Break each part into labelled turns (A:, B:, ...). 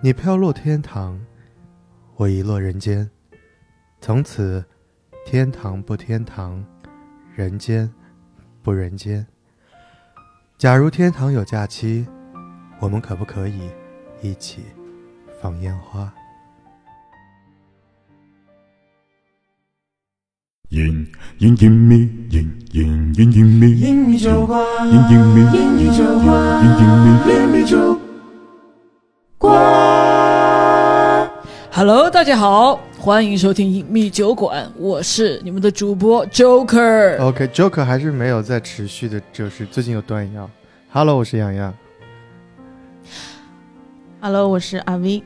A: 你飘落天堂，我遗落人间。从此，天堂不天堂，人间不人间。假如天堂有假期，我们可不可以一起放烟花？
B: 隐隐隐秘，隐隐隐隐秘，
C: 英米酒馆，
B: 隐隐秘，
C: 英米酒馆，
B: 隐隐秘。
C: 英米酒馆。
D: Hello，大家好，欢迎收听隐秘酒馆，我是你们的主播 Joker。
A: OK，Joker、还是没有在持续的，就是最近有断药。Hello，我是洋洋。
E: Hello，我是阿 V。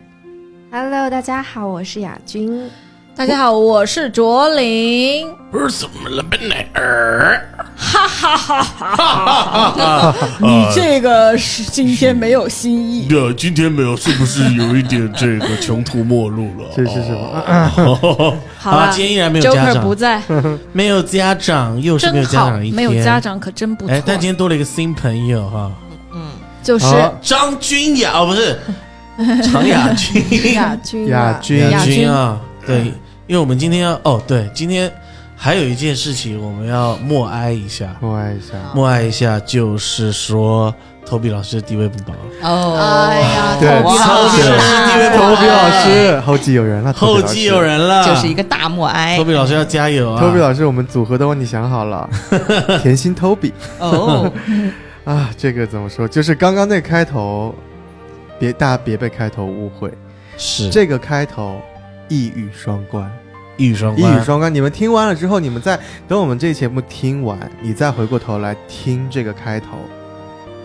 F: Hello，大家好，我是雅君。
D: 大家好，我是卓林。
C: 不是怎么了，笨奶儿？
D: 你这个是今天没有新意，
C: 对，今天没有，是不是有一点这个穷途末路了？
A: 这是什么
G: 哦
A: 啊
C: 么？
E: 好
G: 好了，今天依然没有家
E: Joker 不
G: 长，
E: 在，
G: 没有家长，又是没
D: 真
G: 有家
D: 好
G: 长一，天，
D: 没有家。长可真不错
G: 哎，。但今天多了一个新朋友哈，
D: 就是
A: 好
G: 张君雅哦，不 是常雅君，
E: 雅
F: 君
A: 雅
F: 啊，
A: 君，
E: 雅君
G: 君啊，对，因为我们今天要哦，对，今天还有一件事情我们要默哀一下，
A: 默哀一下。
G: 默哀一下，就是说投笔老师地位不保，
D: 哦，
E: 哎呀，
A: 对
E: 投笔老
G: 超级
E: 师
G: 老
E: 啊
G: 师地位不
A: 投
G: 保
A: 笔老师，后继有人了。
G: 后继有人了，
H: 就是一个哎大默哀
G: 投。笔老师要加油啊，
A: 投笔老师，我们组合都帮你想好了，甜心投笔
H: 哦，
A: 啊，这个怎么说？就是刚刚那开头，别大家别被开头误会，
G: 是
A: 这个开头一语双关，
G: 一语双
A: 一
G: 关
A: 语，双关。你们听完了之后，你们再等我们这期节目听完，你再回过头来听这个开头，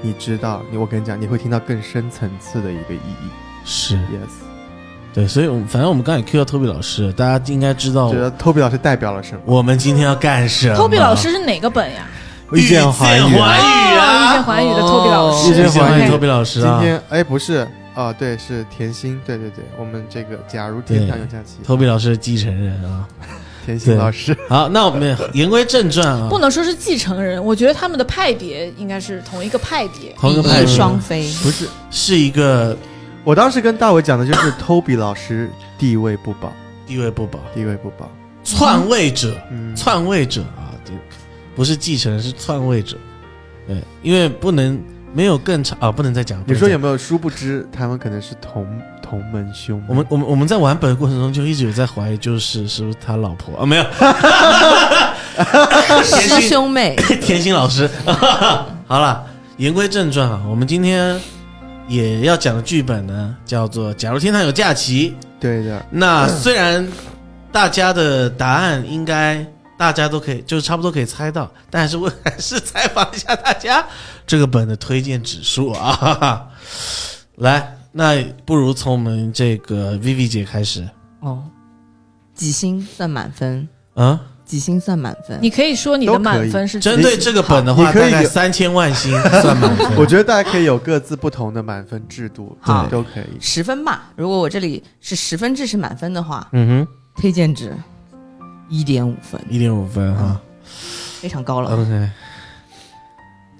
A: 你知道，你我跟你讲，你会听到更深层次的一个意义。
G: 是
A: Yes，
G: 对，所以我们反正我们刚才也 Q 到投笔老师，大家应该知道
A: 觉得投笔老师代表了什么？
G: 我们今天要干什么？
D: 托比老师是哪个本呀？
A: 遇见
G: 环
A: 寰宇啊。
C: 哎
G: 宇
D: 遇见
G: 啊，
D: 环宇的托比老
A: 遇见
D: 师。哎
G: 遇见环宇
D: OK
G: 投笔老师
A: 今
G: 啊，
A: 天哎，不是啊，对，是甜心，对对对，我们这个假如天堂有假期，
G: 投笔老师的继承人啊。
A: 甜心老师，
G: 好，那我们言归正传啊
D: 不，能说是继承人，我觉得他们的派别应该是同一个派别。
G: 同一个派
H: 一翼
G: 别
H: 双飞，
A: 不是，
G: 是一个
A: 我当时跟大伟讲的就是 Toby 老师地位不保，
G: 地位不保，
A: 地位不保，
G: 篡位者，
A: 嗯，
G: 篡位者啊，这个不是继承人，是篡位者。对，因为不能没有更长啊，不能再讲。
A: 你说有
G: 不能再讲
A: 没有？殊不知他们可能是同同门兄妹，
G: 我们我们我们在玩本的过程中就一直有在怀疑，就是是不是他老婆啊？ 没有，
H: 师兄妹，
G: 甜心老师。 好了，言归正传啊，我们今天也要讲的剧本呢，叫做《假如天堂有假期》。
A: 对的，
G: 那虽然大家的答案应该大家都可以，就是差不多可以猜到，但还是问还是采访一下大家这个本的推荐指数啊。 哈哈。来，那不如从我们这个 Vivi 姐开始
H: 哦，几星算满分？
G: 啊，
H: 几星算满分？
D: 你可以说你的满分是
G: 针对这个本的
A: 你
G: 话，
A: 可
G: 大
A: 以
G: 概三千 万星算满分。
A: 我觉得大家可以有各自不同的满分制度，
H: 好
A: 都可以。
H: 十分吧。如果我这里是十分制是满分的话，
G: 嗯
H: 推荐值一点五分，
G: 哼，一点五分哈。
H: 非常高了。
G: OK，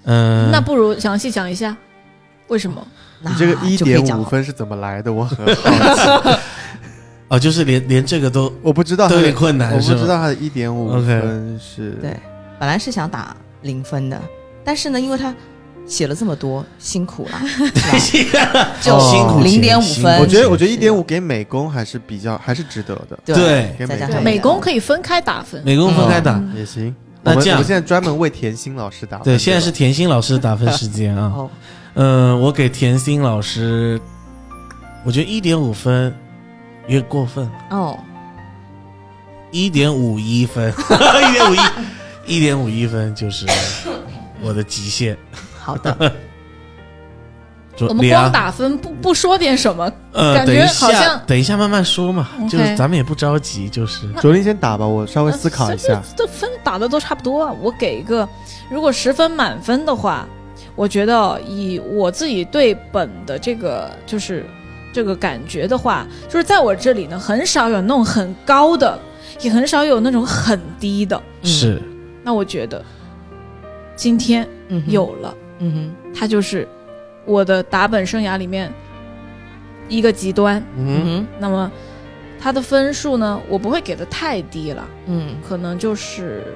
G: 嗯，
D: 那不如详细讲一下为什么？
H: 那
A: 你这个一
H: 就可以
A: 点
H: 讲
A: 五
H: 了，
A: 分是怎么来的？我很 好奇，
G: 哦，就是连连这个都
A: 我不知
D: 啊
A: 道他
G: 都有
A: 的
G: 点，困难，
A: 我不
G: 是吗
A: 知道他的一点五
G: OK
A: 分是
H: 对本来是想打零分的，但是呢，因为他写了这么多，辛苦了，是吧就
G: 哦辛苦
H: 零点五
G: 钱
H: 分。
A: 我觉得，我觉得一
H: 是
A: 点五给美工还是比较，还是值得的，
G: 对
A: 给
H: 再加
A: 美
H: 上
A: 工
D: 美工
H: 以
D: 可以分开打分。
G: 美工分开
D: 嗯
G: 打。
A: 也行。
G: 嗯那
A: 我们
G: 这样
A: 我们现在专门为甜心老师打分。
G: 对，现在是甜心老师的打分时间啊。
H: 哦，
G: 嗯，我给甜心老师，我觉得一点五分有点过分，
H: 哦，
G: 一点五一分， 一点五一，一点五一分就是我的极限。
H: 好的，
G: 就
D: 我们
G: 李
D: 光
G: 昂
D: 打分不不说点什么，
G: 呃，
D: 感
G: 等
D: 觉
G: 一
D: 好
G: 下，
D: 像
G: 等一下慢慢说嘛
D: OK
G: 就是咱们也不着急，就是
A: 吧卓林先打吧，我稍微思考一下。
D: 啊这分打的都差不多啊。我给一个，如果十分满分的话，我觉得以我自己对本的这个就是这个感觉的话，就是在我这里呢，很少有那种很高的，也很少有那种很低的。
H: 嗯
G: 是
D: 那我觉得今天
H: 嗯哼，
D: 有了，
H: 嗯哼，
D: 它就是我的打本生涯里面一个极端，
G: 嗯，
H: 嗯
D: 那么他的分数呢，我不会给的太低了，
H: 嗯，
D: 可能就是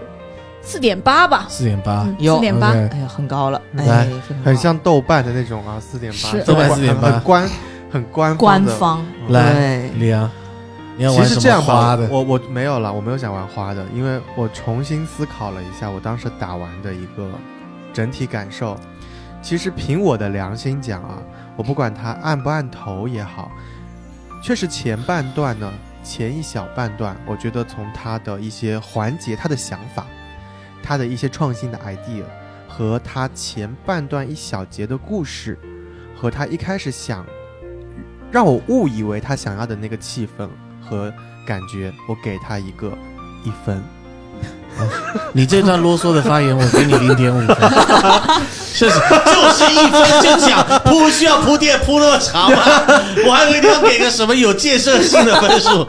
D: 四点八吧，
G: 四点八，
H: 有
D: 四点八。
G: OK
H: 哎呀，很高了，
G: 来
H: 哎，非常高
A: 很像豆瓣的那种啊，四点八
D: 是，
G: 豆瓣
A: 很
G: 4.8
A: 很官很官
H: 官
A: 的。
H: 方
A: 嗯
G: 来，
H: 对
G: 李阳，你要
A: 其
G: 玩
A: 实
G: 什
A: 这
G: 么
A: 样
G: 花
A: 吧
G: 的，？
A: 我我没有了，我没有想玩花的，因为我重新思考了一下我当时打完的一个整体感受。其实凭我的良心讲啊，我不管它按不按头也好，确实前半段呢，前一小半段，我觉得从他的一些环节、他的想法、他的一些创新的 idea 和他前半段一小节的故事，和他一开始想让我误以为他想要的那个气氛和感觉，我给他一个一分。
G: 你这段啰嗦的发言，我给你零点五分。是 就是一分就讲，不需要铺垫铺那么长吗？我还以为你要给个什么有建设性的分数。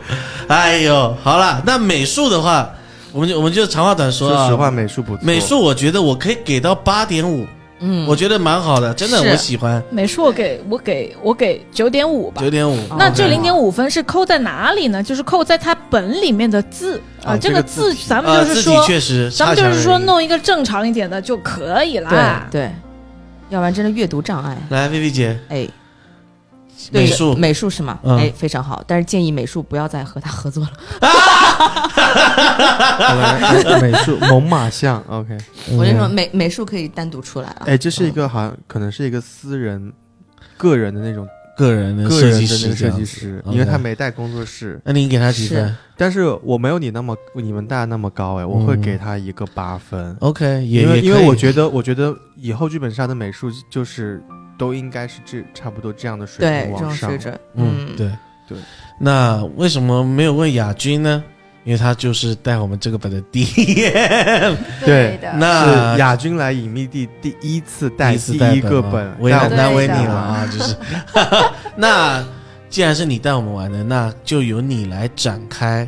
G: 哎呦，好了，那美术的话，我们就我们就长话短说啊。
A: 说实话，，美术不错，
G: 美术我觉得我可以给到八点五，
H: 嗯，
G: 我觉得蛮好的，真的
H: 是
G: 我喜欢
D: 美术我给我给我给九点五吧
G: 九。哦啊点五。
D: 那这
G: OK
D: 零点五分是扣在哪里呢？就是扣在它本里面的字
A: 啊
D: 这
A: 这个
D: 字
A: 字体
D: 咱
G: 呃
D: 们就
G: 字
D: 是
G: 体
D: 说，
G: 确实，
D: 咱们就
G: 差强
D: 是说
G: 人意
D: 弄一个正常一点的就可以啊啦
H: 对。对，要不然真的阅读障碍，
G: 来，薇薇姐，
H: 哎，对
G: 美术
H: 美术是吗？
G: 嗯
H: 哎，非常好，但是建议美术不要再和他合作了。
A: 好来呃 美术猛犸象，OK，
G: 啊
H: 我
G: 嗯
H: 就说美美术可以单独出来了。
A: 嗯
H: 嗯
A: 哎，这是一个好像可能是一个私人、个人的那种
G: 个人的
A: 个
G: 设
A: 人的
G: 计
A: 那
G: 师
A: 个
G: 这
A: 设
G: 样
A: 计
G: 子，
A: 师，
G: OK
A: 因为他没带工作室，
G: 那你给他几分
H: 是
A: 但是我没有你那么你们大家那么高哎，我会
G: 嗯
A: 给他一个八分，
G: ？OK，也
A: 因为
G: 也
A: 因
G: 可
A: 为
G: 以
A: 我觉得我觉得以后剧本杀的美术就是都应该是这差不多这样的水
H: 对
A: 平往
H: 这种
A: 上
H: 水，准，
G: 嗯，对
A: 对。
G: 那为什么没有问亚军呢？因为他就是带我们这个本的第一
A: 对
F: 的，
G: 那
A: 是亚军来隐秘地第一次带
G: 啊第一次带
A: 一个
G: 啊
A: 本，
G: 为
A: 带我
G: 难
A: 们
G: 难为
F: 对的
G: 你 了啊！就是 那既然是你带我们玩的，那就由你来展开，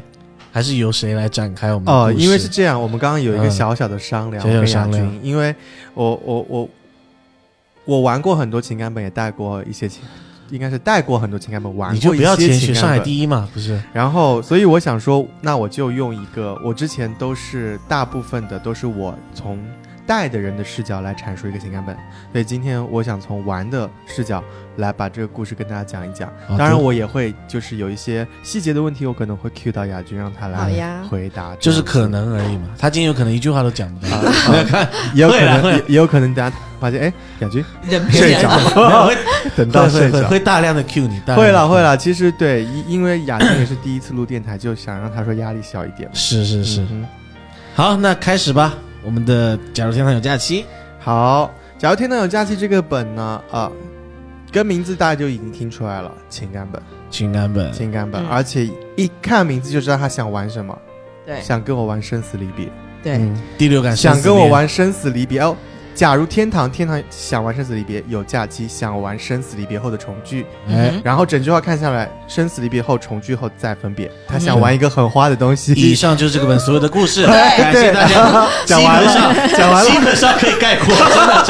G: 还是由谁来展开我们的
A: 哦，
G: 嗯故事
A: 因为是这样，我们刚刚有一个
G: 嗯
A: 小小的商量，
G: 小小
A: 我跟亚
G: 商量
A: 军，因为我我我我玩过很多情感本，也带过一些情，应该是带过很多情感本，玩
G: 你就
A: 过一
G: 不要
A: 些
G: 谦
A: 情
G: 虚，
A: 感
G: 上海
A: 本
G: 第一嘛，不是？
A: 然后，所以我想说，那我就用一个，我之前都是大部分的都是我从带的人的视角来阐述一个情感本，所以今天我想从玩的视角来把这个故事跟大家讲一讲。
G: 好的
A: 当然，我也会就是有一些细节的问题，我可能会 cue 到雅君，让他
F: 好
A: 来
F: 呀，
A: 回答，
G: 就是
A: 这样
G: 可
A: 子。
G: 能而已嘛。他今天有可能一句话都讲不到，
A: 啊 也有可
G: 会啦会
A: 能
G: 啦
A: 也，也有可能大家发现，哎，雅君
H: 人比
A: 睡
H: 人
A: 着，
G: 会
A: 等到
G: 会
A: 睡
G: 会会
A: 着。
G: 会大量的 cue 你，大量地
A: 会了
G: cue
A: 会
G: 你
A: 了，其实对，因因为雅君也是第一次录电台，就想让他说压力小一点嘛。
G: 是是是，
A: 嗯哼
G: 好，那开始吧。我们的《假如天堂有假期》
A: 好，假如天堂有假期这个本呢，啊，跟名字大家就已经听出来了，情感本，
G: 情感本，
A: 情感本，
H: 嗯
A: 而且一看名字就知道他想玩什么，
H: 对
A: 想跟我玩生死离别，
H: 对，
G: 第六感生
A: 想
G: 死
A: 跟我
G: 恋，
A: 玩生死离别哦。假如天堂，天堂想玩生死离别，有假期想玩生死离别后的重聚，
G: 哎，
H: 嗯
A: 然后整句话看下来，生死离别后重聚后再分别，他想玩一个很花的东西。
G: 嗯以上就是这个本所有的故事，
A: 对
G: 感谢大家。
A: 讲完了，讲完了
G: 基，本上可以概 括，真的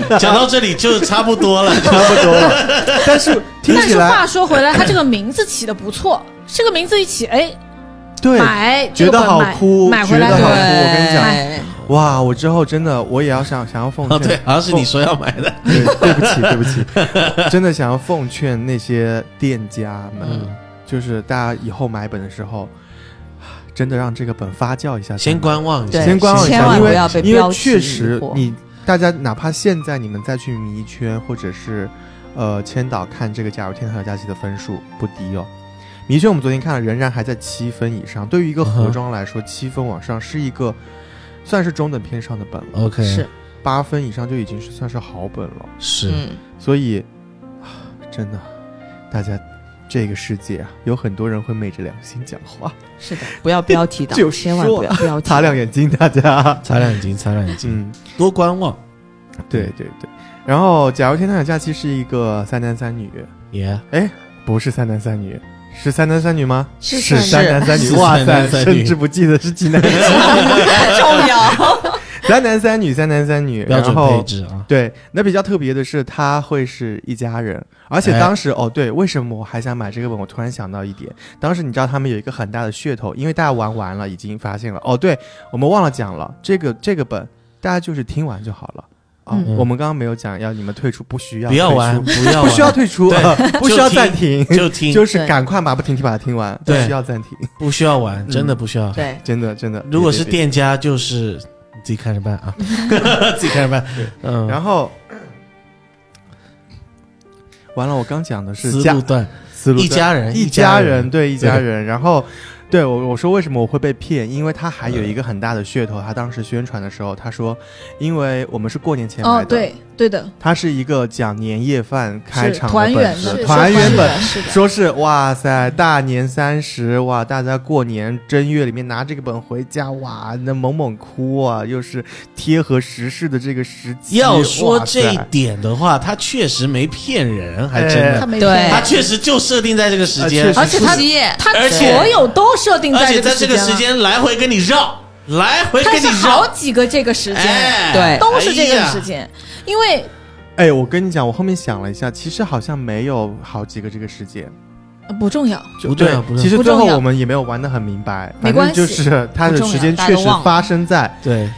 G: 真的，讲到这里就差不多了。
A: 差不多了。但是听
D: 但
A: 起
D: 是
A: 来
D: 话说回来，它这个名字起的不错，这个名字一起，哎，
A: 对，
D: 买
A: 觉
D: 这个
A: 得
D: 本
A: 好
D: 买
A: 哭
D: 买
A: 觉
D: 回来
A: 得好哭
D: 对
A: 我跟你讲
H: 对
A: 哇！我之后真的我也要想想要奉
G: 哦，
A: 劝，
G: 对，好像是你说要买的，
A: 对，对不起，对不起， 真的想要奉劝那些店家们，
G: 嗯
A: 就是大家以后买本的时候，啊真的让这个本发酵一下，
G: 先观望一下，
H: 对
A: 先观望一
H: 千
A: 下，
H: 万
A: 因
H: 不要被
A: 为因
H: 标
A: 为
H: 题
A: 确实
H: 迷惑
A: 你大家哪怕现在你们再去迷圈或者是呃千岛看这个《假如天堂有假期》的分数不低哦。迷圈我们昨天看了，仍然还在七分以上。对于一个
G: 嗯
A: 盒
G: 哼
A: 装来说，七分往上是一个算是中等偏上的本了，
G: OK，
H: 是，
A: 八分以上就已经是算是好本了。
G: 是，
H: 嗯，
A: 所以，啊真的，大家这个世界啊，有很多人会昧着良心讲话，
H: 是的，不要标题党，
A: 就是
H: 千万
A: 说
H: 不要标题，
A: 擦亮眼睛，大 家。
G: 擦亮眼睛，擦亮眼睛，
A: 嗯，
G: 多观望。
A: 对对对。然后，假如天堂有假期是一个三男三女，
G: 耶，
A: 不是三男三女，是三男三女吗？
F: 是
A: 三男三女。
G: 是
A: 哇
G: 三
A: 塞，
G: 男三
A: 甚
G: 女
A: 至不记得是几男几女。
H: 重要，
A: 三男三女，三男三女，
G: 标
A: 然
G: 准
A: 后
G: 配置啊，
A: 对，那比较特别的是，他会是一家人，而且
G: 哎
A: 当时、哦，对，为什么我还想买这个本？我突然想到一点，当时你知道他们有一个很大的噱头，因为大家玩完了，已经发现了。哦，对，我们忘了讲了，这个这个本大家就是听完就好了啊、
G: 嗯
A: 我们刚刚没有讲要你们退出，不需要，
G: 不要玩，，不要
A: 不
G: 玩，
A: 需要退出，
G: 哦对
A: 呃 不需要
G: 就听
A: 暂停，
G: 就听，
A: 就是
H: 对
A: 赶快马不停蹄把它听完，不
G: 对
A: 需要暂停，
G: 不需要玩，真的不需要。
H: 对，
A: 真的真的。
G: 如果是
A: 电。
G: 店家，就是你自己看着办啊，自己看着办。嗯，
A: 然后，完了，我刚讲的是
G: 思
A: 家
G: 路段，
A: 思路
G: 一家人
A: 一
G: 一家
A: 家
G: 人
A: 人对一家人，然后。对我我说为什么我会被骗？因为他还有一个很大的噱头，他当时宣传的时候，他说，因为我们是过年前买的，
D: 哦，对对的，
A: 它是一个讲年夜饭开
D: 是
A: 场
D: 团
A: 本
D: 圆
A: 子
D: 的
A: 团圆本，
D: 是的，是的
A: 说是哇塞，大年三十哇，大家过年正月里面拿这个本回家哇，那猛猛哭啊，又是贴合时事的这个时期。
G: 要说这一
A: 哇塞
G: 点的话，他确实没骗人，还真
A: 哎
G: 的，
D: 他没
H: 对
G: 他确实就设定在这个时间
A: 啊确实，
D: 而且他
H: 除夕夜
D: 他
G: 而且
D: 所有都设定
G: 而且
D: 这个
G: 在这个时
D: 间
G: 间来回跟你绕，来回
D: 了，他
G: 跟你
D: 是好
G: 绕，
D: 几个这个时间，
G: 哎
H: 对
D: 都是这
G: 哎
D: 个
G: 呀
D: 时间，因为
A: 哎，我跟你讲，我后面想了一下，其实好像没有好几个这个时间。
D: 呃不重要，
G: 不对啊，不
A: 其
G: 对，
A: 实
D: 不
A: 最
D: 重
A: 后
D: 要
A: 我们也没有玩的很明白，反
D: 没关
A: 正就
D: 系
A: 是它的
H: 不重
A: 时
H: 要
A: 间
H: 大
A: 确
H: 家都
A: 实
H: 忘了
A: 发生在
G: 对，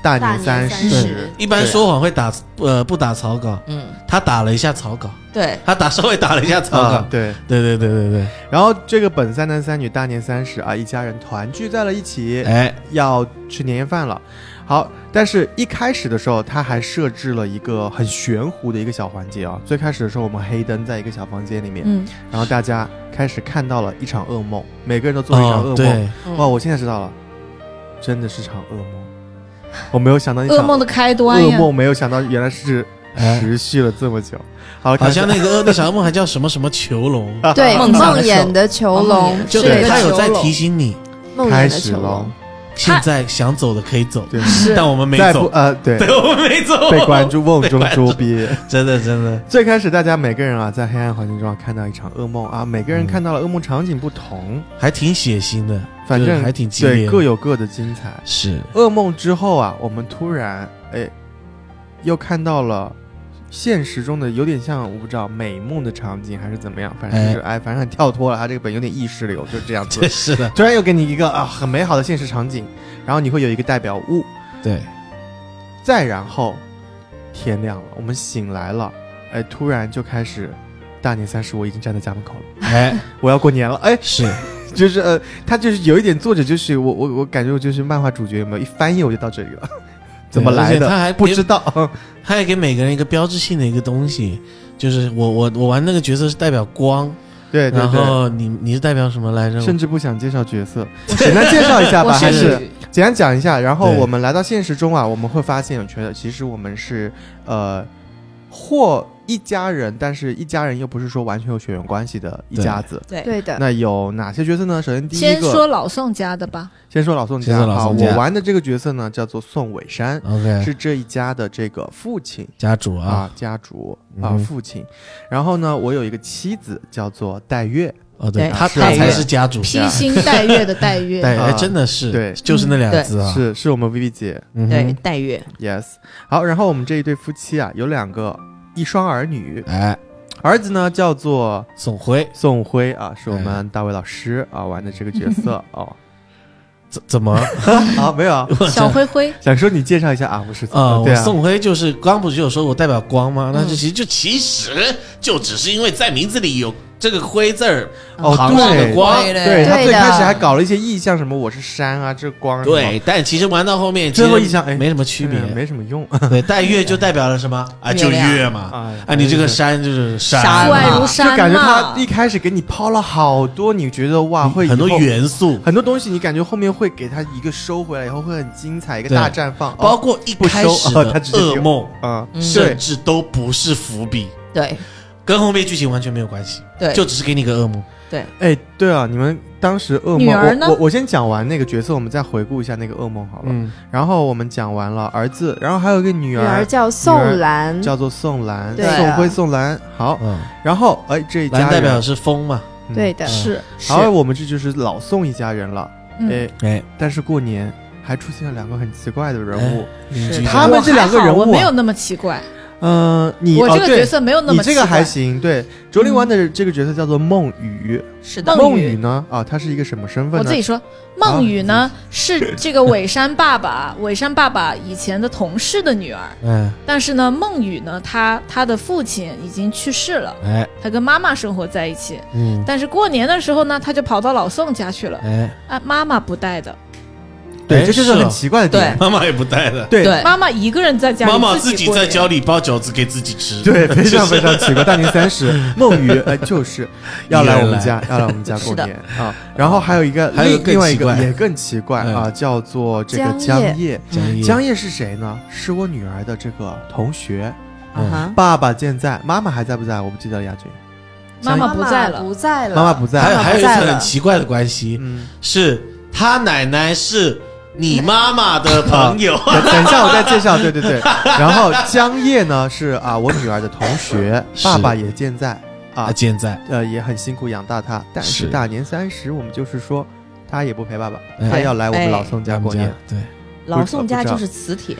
A: 大
F: 大
A: 年
F: 年
A: 三
F: 三
A: 十
F: 十。
G: 一般说谎会打呃不打草稿，
H: 嗯，
G: 他打了一下草稿，
H: 对，
G: 他打稍微打了一下草
A: 啊
G: 稿，，
A: 对，
G: 对对对对
A: 然后这个本三男三女大年三十啊，一家人团聚在了一起
G: 对，，哎，
A: 要吃年夜饭了。好，但是一开始的时候，他还设置了一个很玄乎的一个小环节啊。最开始的时候，我们黑灯在一个小房间里面，
D: 嗯，
A: 然后大家开始看到了一场噩梦，每个人都做了一场噩梦。
G: 哦对，
H: 嗯
A: 哇，我现在知道了，真的是场噩梦。我没有想到一场
D: 噩梦的开端
A: 噩
D: 呀，
A: 梦，没有想到原来是
G: 哎，
A: 持续了这么久。好了，
G: 好像
A: 开始
G: 那个那小噩梦还叫什么什么 囚笼，
F: 对，
H: 梦想的
F: 梦魇的囚
H: 梦
F: 笼
H: 魇
F: 是
G: 就
F: 一个
G: 他有
F: 囚
G: 在
F: 笼
G: 提醒你，
F: 梦
A: 开
F: 魇的
A: 始
F: 囚
A: 了
F: 笼，，
G: 现在想走的可以走，
A: 对，
G: 但我们 没
A: 再不
G: 走，
A: 呃，对，
G: 对，我们没 走，
A: 被关注瓮中
G: 被关
A: 捉鳖。
G: 真的真的，
A: 最开始大家每个人啊，在黑暗环境中啊看到一场噩梦啊，每个人
G: 嗯
A: 看到了噩梦场景不同，
G: 还挺血腥的，
A: 反
G: 就
A: 正
G: 是嗯还挺激烈
A: 对
G: 的，
A: 各有各的精彩。
G: 是
A: 噩梦之后啊，我们突然哎，又看到了现实中的有点像我不知道美梦的场景还是怎么样，反正就是哎，反正很跳脱了。它这个本有点意识流，就是这 样子
G: 真。是的，
A: 突然又给你一个啊很美好的现实场景，然后你会有一个代表物，
G: 对，
A: 再然后，天亮了，我们醒来了，哎，突然就开始，大年三十我已经站在家门口了，
G: 哎，
A: 我要过年了，哎，
G: 是
A: 就是呃，他就是有一点作者就是我我我感觉我就是漫画主角有没有一翻译我就到这里了， 怎么来
G: 而且
A: 的
G: 他还
A: 不知 道，
G: 他也给每个人一个标志性的一个东西，就是我我我玩那个角色是代表光，
A: 对对
G: 然
A: 对。
G: 后你你是代表什么来着？
A: 甚至不想介绍角色，简单介绍一下
D: 我
A: 吧，还
D: 是
A: 是简单讲一下。然后
G: 对
A: 我们来到现实中啊，我们会发现，觉得其实我们是呃，或一家人，但是一家人又不是说完全有血缘关系的一
G: 对
A: 家子。
D: 对
F: 对的，
A: 那有哪些角色呢？首先第一
D: 先
A: 个，
D: 说老宋家的吧，
A: 先说老宋
G: 先
A: 家
G: 说老
A: 啊，
G: 宋家
A: 我玩的这个角色呢叫做宋伟山，
G: OK
A: 是这一家的这个父亲
G: 家主啊，
A: 啊，家主
G: 嗯
A: 啊，
G: 哼
A: 父亲。然后呢，我有一个妻子叫做戴月，
G: 哦对，
H: 对
G: 他
A: 是
G: 他才
H: 对
G: 是家主，
D: 披星戴月的 戴月，
G: 对，哎
A: 啊
G: 真的是
A: 对
G: 就是那两个字啊，
A: 是是我们 Vivi 姐
G: 嗯
H: 对
G: 哼，，
H: 戴月，
A: ，yes。好，然后我们这一对夫妻啊，有两个一双儿女，
G: 哎，
A: 儿子呢叫做
G: 宋辉
A: 宋辉啊，是我
G: 哎
A: 们大卫老师啊玩的这个角色哦。
G: 怎怎么
A: 啊，没有啊，
D: 小 灰灰，
A: 想说你介绍一下啊，我是
G: 啊？
A: 对
G: 我
A: 啊，
G: 宋辉就是刚不是有说我代表光吗？那就
D: 嗯
G: 其实就其实就只是因为在名字里有这个辉字儿，
A: 哦
G: 唐
A: 对
G: 望的光，
H: 对
A: 对他
F: 对
A: 最
F: 的
A: 开始还搞了一些意象，什么我是山啊，这光啊什么
G: 对，但其实玩到后面
A: 最后
G: 其实
A: 一项哎
G: 没什么区别，
A: 嗯没什么用
G: 对，带月就代表了什么啊？就月嘛。
A: 啊
G: 啊，你这个山啊就是
H: 山
D: 父
H: 嘛
D: 爱
G: 山，
D: 如
A: 就
D: 山
A: 感觉
D: 嘛
A: 他一，开始给你抛了好多，你觉得哇会以
G: 很多
A: 后哦
G: 元素，
A: 很多东西，你感觉后面会给他一个收回来，以后会很精彩，一个
G: 对
A: 大绽放。
G: 包括一开始
A: 不收哦
G: 的
A: 他直接丢
G: 噩梦，
A: 啊，嗯
H: 嗯
A: 对
G: 甚至都不是伏笔，
H: 对
G: 跟后面剧情完全没有关系，
H: 对，
G: 就只是给你一个噩梦。
A: 哎对啊，你们当时噩
D: 女儿
A: 梦，
D: 呢
A: 我我我先讲完那个角色，我们再回顾一下那个噩梦好了。
G: 嗯，
A: 然后我们讲完了儿子，然后还有一个女
F: 女
A: 儿
F: 儿叫宋兰，
A: 叫做宋兰，
F: 对
A: 宋辉宋兰。好，
G: 嗯，
A: 然后哎这一
G: 蓝
A: 家
G: 代表
A: 人
G: 是风嘛，
A: 嗯
F: 对的，
G: 嗯
D: 是，
A: 好，我们这就是老宋一家人了。
D: 嗯
A: 哎，
G: 哎，
A: 但是过年还出现了两个很奇怪的人物。
G: 邻居
D: 是
A: 他们这两个人物啊
D: 我还好我没有那么奇怪，
A: 嗯、你
D: 我这
A: 哦
D: 个
A: 对
D: 角色没有那
A: 你
D: 么奇怪。
A: 这个还行，对，卓林湾的这个角色叫做孟雨。
H: 是的，
D: 梦
A: 孟
D: 雨
A: 雨呢？啊，他是一个什么身份
D: 我
A: 呢啊嗯
D: 自？己说，孟雨呢、 是这个伟山爸爸，伟山爸爸以前的同事的女儿。
G: 嗯，
D: 但是呢，孟雨呢，她她的父亲已经去世了，
G: 哎，
D: 她跟妈妈生活在一起。
G: 嗯，
D: 但是过年的时候呢，她就跑到老宋家去了，
G: 哎，
D: 啊，妈妈不带的，
A: 对，
G: 哎
A: 这就是
G: 是
A: 很
G: 哦
A: 奇怪的点。
G: 妈妈也不带的，
A: 对
H: 对
D: 妈妈一个人在家里，
G: 妈妈
D: 自
G: 自己在
D: 家
G: 家里包饺子给自己吃。
A: 对， 非常非常奇怪。大年三十，孟雨哎就是要来我们家，要来我们家过
H: 是的
A: 年啊。然后还有一个，
G: 还有
A: 另
G: 更
A: 另外一
G: 奇
A: 个
G: 怪嗯
A: 也更奇怪啊，叫做这个
F: 江
A: 江
F: 夜
A: 夜。
G: 江
H: 嗯
A: 江夜是谁呢？是我女儿的这个同学。
H: 啊哈，
A: 爸爸健在，妈妈还在不在？我不记得了，亚军。
D: 妈妈不在了，
F: 不在了，
A: 妈妈不在
G: 还有
A: 了。
G: 还有一
F: 在
G: 层很
F: 了
G: 奇怪的关系，
A: 嗯，
G: 是他奶奶是你妈妈 的朋友，
A: 等等一下，我再介绍。对对 对，然后江夜呢是啊，我女儿的同学，
G: 是
A: 爸爸也健在啊
G: 啊，，健在，
A: 呃，也很辛苦养大他。但是
G: 是
A: 大年三十，我们就是说，他也不陪爸爸，
G: 哎
A: 他要来我们老宋家
G: 咱们
A: 过年。
G: 对，
H: 老宋家就是磁铁，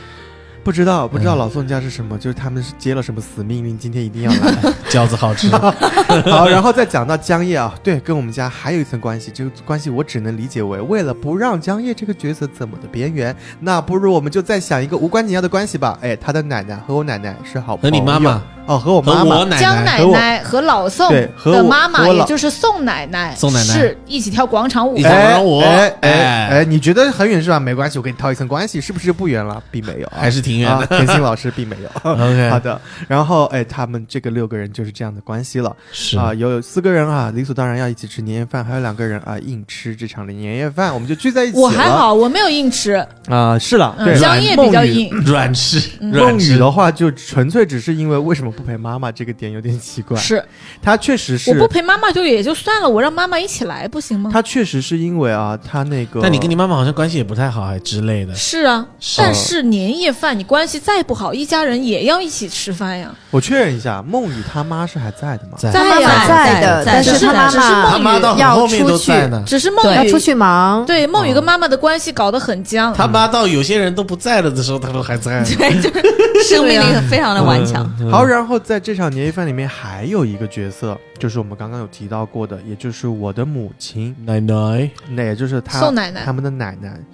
A: 不知道，不知道
G: 嗯
A: 老宋家是什么，就是他们是接了什么死命令，今天一定要来。
G: 饺子好 吃，
A: 好，然后再讲到江夜啊，对，跟我们家还有一层关系，这个关系我只能理解为，为了不让江夜这个角色怎么的边缘，那不如我们就再想一个无关紧要的关系吧。哎，他的奶奶和我奶奶是好
G: 和
A: 朋友，
G: 你妈妈
A: 哦，和我妈
G: 和我
A: 妈，
G: 奶
D: 江
G: 奶。
D: 奶奶和老宋
A: 对和
D: 的
A: 我
D: 妈妈，
A: 和我老
D: 也就是宋奶奶，
G: 宋奶奶
D: 是一起跳广场舞
G: 一起
D: 的。
A: 哎
G: 玩我
A: 哎哎
G: 哎
A: 哎，你觉得很远是吧？没关系，我给你套一层关系，是不是就不远了？并没有啊，
G: 还是挺远
A: 啊
G: 的。，
A: 田心老师并没 有。
G: OK，
A: 好的，然后哎，他们这个六个人就是这样的关系了
G: 是
A: 啊，有四个人啊，理所当然要一起吃年夜饭，还有两个人啊，硬吃这场的年夜饭，我们就聚在一起了。
D: 我还好，我没有硬吃，
A: 啊，是了，
D: 嗯
A: 对，
D: 江夜比较硬。
G: 软吃，
A: 孟
G: 软
A: 雨
G: 吃
A: 的话，就纯粹只是因为为什么不陪妈妈这个点有点奇怪，
D: 是，
A: 她确实
D: 我不
A: 是，
D: 陪妈妈就也就算了，我让妈妈一起来不行吗？
A: 她确实是因为啊，她那个，
G: 但你跟你妈妈好像关系也不太好，还之类的。
D: 是啊，
A: 嗯
G: 是
D: 但是年夜饭你关系再不好，一家人也要一起吃饭呀。
A: 我确认一下，孟雨她妈是还在的吗？
G: 在
F: 她
D: 在
F: 妈妈
D: 呀，
F: 在的，
H: 在
F: 但
D: 只
F: 是
D: 是
F: 她妈
D: 只是
F: 妈
G: 他妈到很后面都在呢，
D: 只是梦
F: 要
D: 雨
F: 出去忙，
D: 对梦
A: 嗯
D: 雨跟妈妈的关系搞得很僵。
G: 他妈到有些人都不在了的时候，他都还在。
H: 对，就是生命力非常的顽强。
G: 嗯
A: 好，然后在这场年夜饭里面还有一个角色，就是我们刚刚有提到过的，也就是我的母亲，
G: 奶奶，
A: 那也就是她
D: 宋奶奶
A: 他们的奶奶，
G: 嗯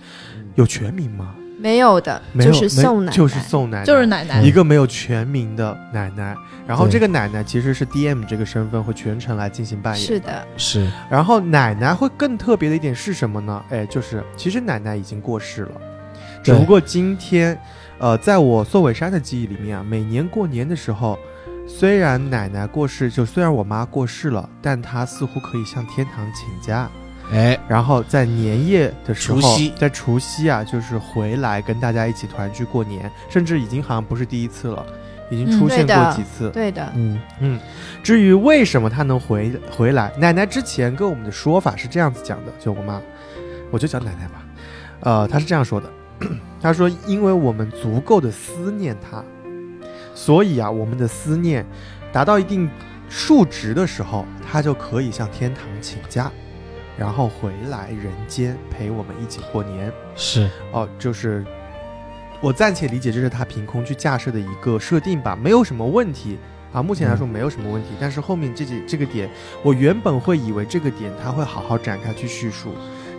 A: 有全名吗？
F: 没有的，
A: 没有，
F: 就是
A: 没
F: 送奶奶，
A: 就是宋奶奶，
D: 就是奶奶
A: 一个没有全名的奶奶。然后
G: 对
A: 这个奶奶其实是 DM 这个身份会全程来进行扮演。
F: 是的，
G: 是
A: 然后奶奶会更特别的一点是什么呢？哎，就是其实奶奶已经过世了，只
G: 对
A: 不过今天，呃，在我宋伟山的记忆里面啊，每年过年的时候，虽然奶奶过世，就虽然我妈过世了，但她似乎可以向天堂请假，
G: 哎，
A: 然后在年夜的时候，
G: 除夕
A: 在除夕啊，就是回来跟大家一起团聚过年，甚至已经好像不是第一次了，已经
D: 嗯
A: 出
F: 对
A: 现过
F: 的
A: 几次。
F: 对的，
G: 嗯，
A: 至于为什么他能回回来，奶奶之前跟我们的说法是这样子讲的，就我妈，我就讲奶奶吧，呃，她是这样说的， 她说因为我们足够的思念她，所以啊，我们的思念达到一定数值的时候，她就可以向天堂请假，然后回来人间陪我们一起过年。
G: 是
A: 哦，就是我暂且理解这是他凭空去架设的一个设定吧，没有什么问题啊。目前来
G: 嗯
A: 说没有什么问题，但是后面这几这个点，我原本会以为这个点他会好好展开去叙述，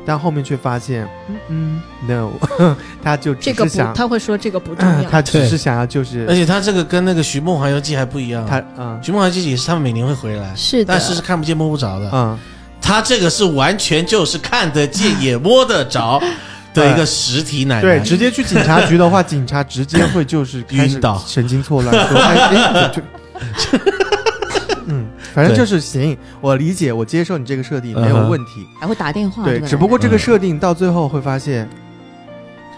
A: 但后面却发现，嗯嗯，no，他 就只
D: 这
A: 是
D: 个不
A: 想，，嗯
D: 他会说这个不重
A: 他
D: 要。
A: 只
G: 对
A: 是想要就
G: 而
A: 是
G: 且他这个跟那个《寻梦环游记》还不一样。
A: 他
G: 《
A: 嗯
G: 寻梦环游记》也是他们每年会回来，
F: 是的
G: 但，是是看不见摸不着的。
A: 嗯，
G: 他这个是完全就是看得见也摸得着的一个实体奶奶。
A: 对，直接去警察局的话，警察直接会就是开始
G: 晕倒
A: 神经错乱，说哎哎，就就嗯，反正就是行，我理解，我接受你这个设定没有
G: 嗯哼嗯
A: 问题。
H: 还会打电话。
A: 对
H: 这，个
A: 只不过
H: 奶奶
A: 这个设定到最后会发现，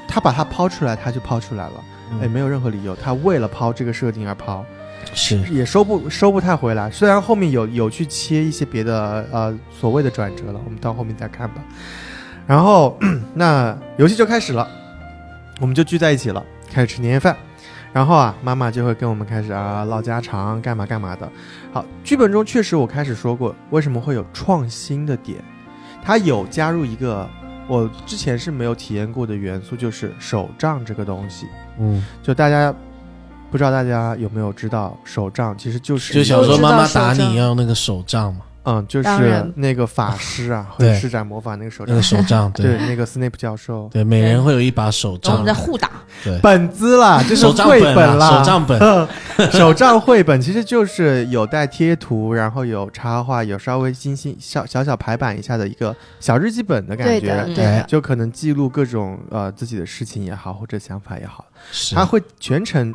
A: 他把它抛出来，他就抛出来了，
G: 嗯
A: 哎，没有任何理由，他为了抛这个设定而抛，
G: 是嗯
A: 也收不收不太回来。虽然后面有有去切一些别的呃所谓的转折了，我们到后面再看吧。然后那游戏就开始了，我们就聚在一起了，开始吃年夜饭。然后啊，妈妈就会跟我们开始啊唠家常，干嘛干嘛的。好，剧本中确实我开始说过，为什么会有创新的点，它有加入一个我之前是没有体验过的元素，就是手账这个东西。
G: 嗯，
A: 就大家不知道大家有没有知道，手账其实就是
G: 就小时
A: 说，
G: 候妈妈打你要那个手杖嘛，
A: 嗯，就
F: 当
A: 是
F: 然
A: 那个法师啊，
G: 对
A: 会施展魔法那个手
G: 那
A: 杖
G: 个，手杖，
A: 对
G: 对
A: 那个 Snape 教授。
G: 对，每人会有一把手
H: 然后
G: 杖
H: 我们在，互打，
G: 对，
A: 本子啦，这是
G: 手账
A: 绘
G: 本
A: 啦，
G: 啊手 账本，
A: 手账绘本其实就是有带贴图，然后有插画，有稍微精心小小小排版一下的一个小日记本的感
F: 对的，
A: 觉，
F: 对
G: 哎
F: 的，
A: 就可能记录各种呃自己的事情也好，或者想法也好，
G: 是
A: 它会全程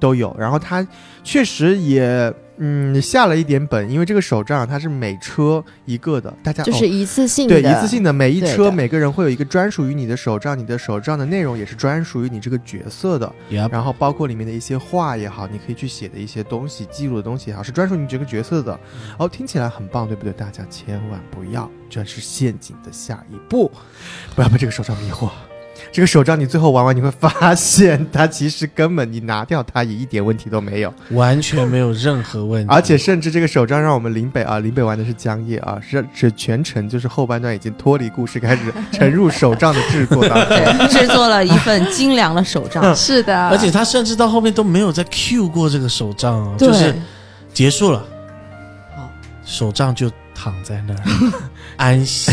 A: 都有。然后它确实也嗯下了一点本，因为这个手账它是每车一个的，大家
F: 就是
A: 哦
F: 一次性的，
A: 对一次性的，每一
F: 对
A: 车
F: 的，
A: 每个人会有一个专属于你的手账，你的手账的内容也是专属于你这个角色的。
G: 也
A: 然后包括里面的一些话也好，你可以去写的一些东西、记录的东西也好，是专属你这个角色的。哦，听起来很棒，对不对？大家千万不要，这是陷阱的下一步，不要被这个手杖迷惑。这个手杖你最后玩完，你会发现它其实根本你拿掉它也一点问题都没有，
G: 完全没有任何问题，
A: 而且甚至这个手杖让我们林北啊，林北玩的是江夜啊，是是全程就是后半段已经脱离故事，开始沉入手杖的制作当 中。
H: 对，制作了一份精良的手杖
F: 是的，
G: 而且他甚至到后面都没有再 Q 过这个手杖哦，
H: 对
G: 就是结束了
H: 好，
G: 手杖就躺在那儿安息，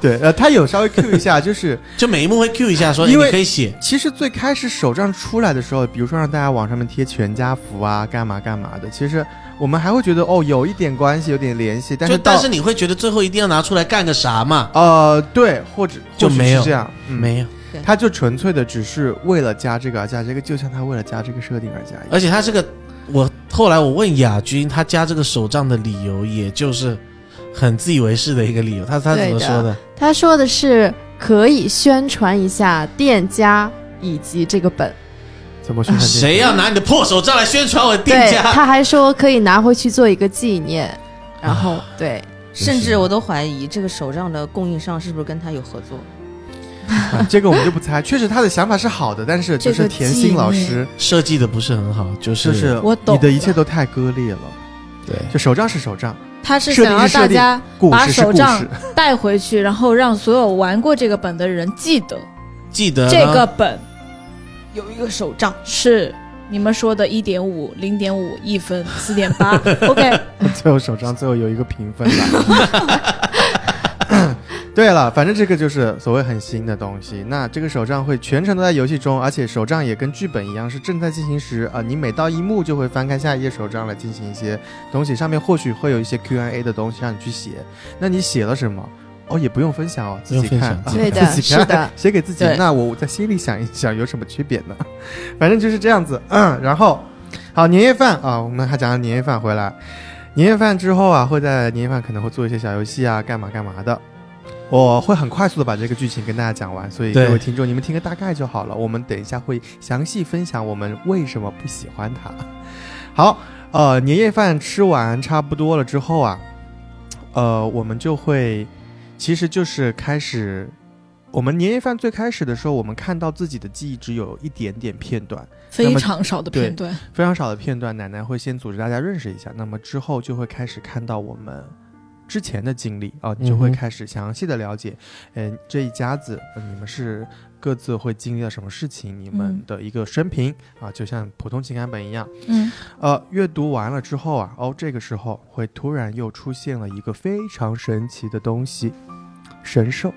A: 对，呃，他有稍微 Q 一下，就是
G: 就每一幕会 Q 一下说，哎
A: 因为
G: 你可以写，
A: 其实最开始手账出来的时候，比如说让大家往上面贴全家福啊，干嘛干嘛的，其实我们还会觉得哦，有一点关系，有点联系，但
G: 就是
A: 到
G: 但是你会觉得最后一定要拿出来干个啥嘛？
A: 呃，对，或者
G: 就
A: 或许
G: 没
A: 是
G: 有
A: 这样，嗯、，
G: 没有，
A: 他就纯粹的只是为了加这个而加这个，就像他为了加这个设定而加一样。
G: 而且他这个，我后来我问雅君，他加这个手杖的理由，也就是很自以为是的一个理由。他他怎么
F: 对的
G: 说的？
F: 他说的是可以宣传一下店家以及这个本，
G: 呃
A: 怎么宣传这个
G: 谁 要拿你的破手杖来宣传我的店
F: 对，
G: 家？
F: 他还说可以拿回去做一个纪念，然后
A: 啊
F: 对，
H: 甚至我都怀疑这个手杖的供应商是不是跟他有合作。
A: 啊这个我们就不猜，确实他的想法是好的，但是就
F: 这
A: 是
F: 个
A: 田心老
F: 纪
D: 嗯
A: 师，
G: 设计的不是很好，就是
A: 就是
D: 我
A: 你
D: 懂
A: 的一切都太割裂了。
G: 对
A: 就手账是手账，
D: 他是
A: 设
D: 想
A: 定
D: 要
A: 是设
D: 大
A: 定
D: 家
A: 故
D: 把
A: 事是
D: 手
A: 故
D: 账
A: 事，
D: 带回去，然后让所有玩过这个本的人记得
G: 记
A: 嗯
G: 得呢
D: 这个本
H: 有一个手杖，
D: 啊是你们说的1.5、0.5、一分、4.8。OK，
A: 最后手账最后有一个评分吧。 对了，反正这个就是所谓很新的东西。那这个手账会全程都在游戏中，而且手账也跟剧本一样是正在进行时啊、你每到一幕就会翻开下一页手账来进行一些东西，上面或许会有一些 Q&A 的东西让你去写。那你写了什么？哦，也不用分享哦，自己
G: 不用分
A: 看
G: 享，
A: 啊
G: 自己
F: 对的
A: 自己看
F: 是的
A: 写给自己。
H: 对
A: 那我在心里想一想，有什么区别呢？ 反正就是这样子。嗯，然后好年夜饭啊，我们还讲了年夜饭回来。年夜饭之后啊，会在年夜饭可能会做一些小游戏啊，干嘛干嘛的。我会很快速的把这个剧情跟大家讲完，所以
G: 对
A: 各位听众，你们听个大概就好了。我们等一下会详细分享我们为什么不喜欢它。 好，呃，年夜饭吃完差不多了之后啊，呃，我们就会，其实就是开始，我们年夜饭最开始的时候，我们看到自己的记忆只有一点点片段，
D: 非常少的
A: 对
D: 片段，
A: 非常少的片段，奶奶会先组织大家认识一下，那么之后就会开始看到我们之前的经历啊、你就会
G: 嗯哼
A: 开始详细的了解，嗯、这一家子、呃你们是各自会经历了什么事情，你们
D: 嗯
A: 的一个生平、啊，就像普通情感本一样。
D: 嗯，
A: 呃，阅读完了之后啊，哦，这个时候会突然又出现了一个非常神奇的东西，神兽，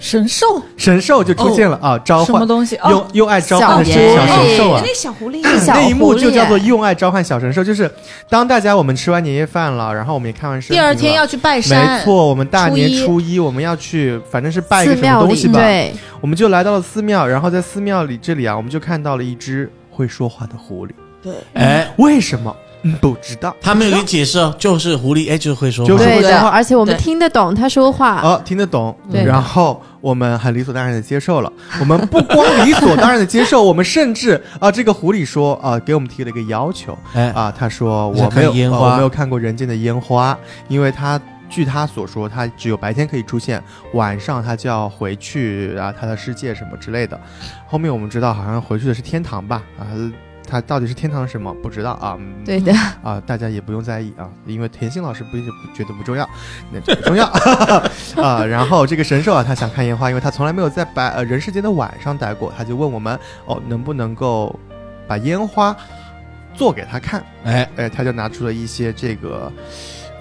D: 神兽
A: 神兽就出现了、啊，召
D: 什么
A: 唤。
D: 东西？
A: 用
D: 哦，
A: 用爱召唤的
F: 小
A: 小
F: 狐
A: 神
F: 狸
A: 兽啊，
H: 哎那小狐狸
F: 小
A: 那一幕
F: 狐
A: 就
F: 狸
A: 叫做用爱召唤小神兽，就是当大家我们吃完年夜饭了，然后我们也看完神
D: 第二天
A: 明了
D: 要去拜山
A: 没，错，我们大年
D: 初一
A: 初一我们要去，反正是拜一
F: 寺
A: 个什么
F: 庙
A: 东西
F: 里
A: 吧，
F: 对，
A: 我们就来到了寺庙，然后在寺庙里这里啊，我们就看到了一只会说话的狐狸，嗯
G: 哎，
A: 为什么？嗯不知道。
G: 他没有给你解释哦，就是狐狸，哎，就是会说话，
A: 就是
F: 对
H: 对
F: 的，
H: 的
F: 而且我们
H: 对
F: 听得懂他说
D: 啊
F: 话，
A: 哦，听得懂，
F: 对
A: 然后我们很理所当然的接受了。我们不光理所当然的接受，我们甚至啊、这个狐狸说啊、给我们提了一个要求，
G: 哎，
A: 啊，他说
G: 想
A: 我没有
G: 看烟
A: 呃
G: 花
A: 我没有看过人间的烟花，因为他据他所说，他只有白天可以出现，晚上他就要回去啊他的世界什么之类的。后面我们知道好像回去的是天堂吧啊。它到底是天堂是什么不知道啊。嗯
F: 对的，
A: 啊，大家也不用在意啊，因为田心老师不一定不觉得不重要，那这不重要 啊。然后这个神兽啊，他想看烟花，因为他从来没有在白呃人世间的晚上待过，他就问我们哦，能不能够把烟花做给他看？
G: 哎，
A: 哎，他就拿出了一些这个。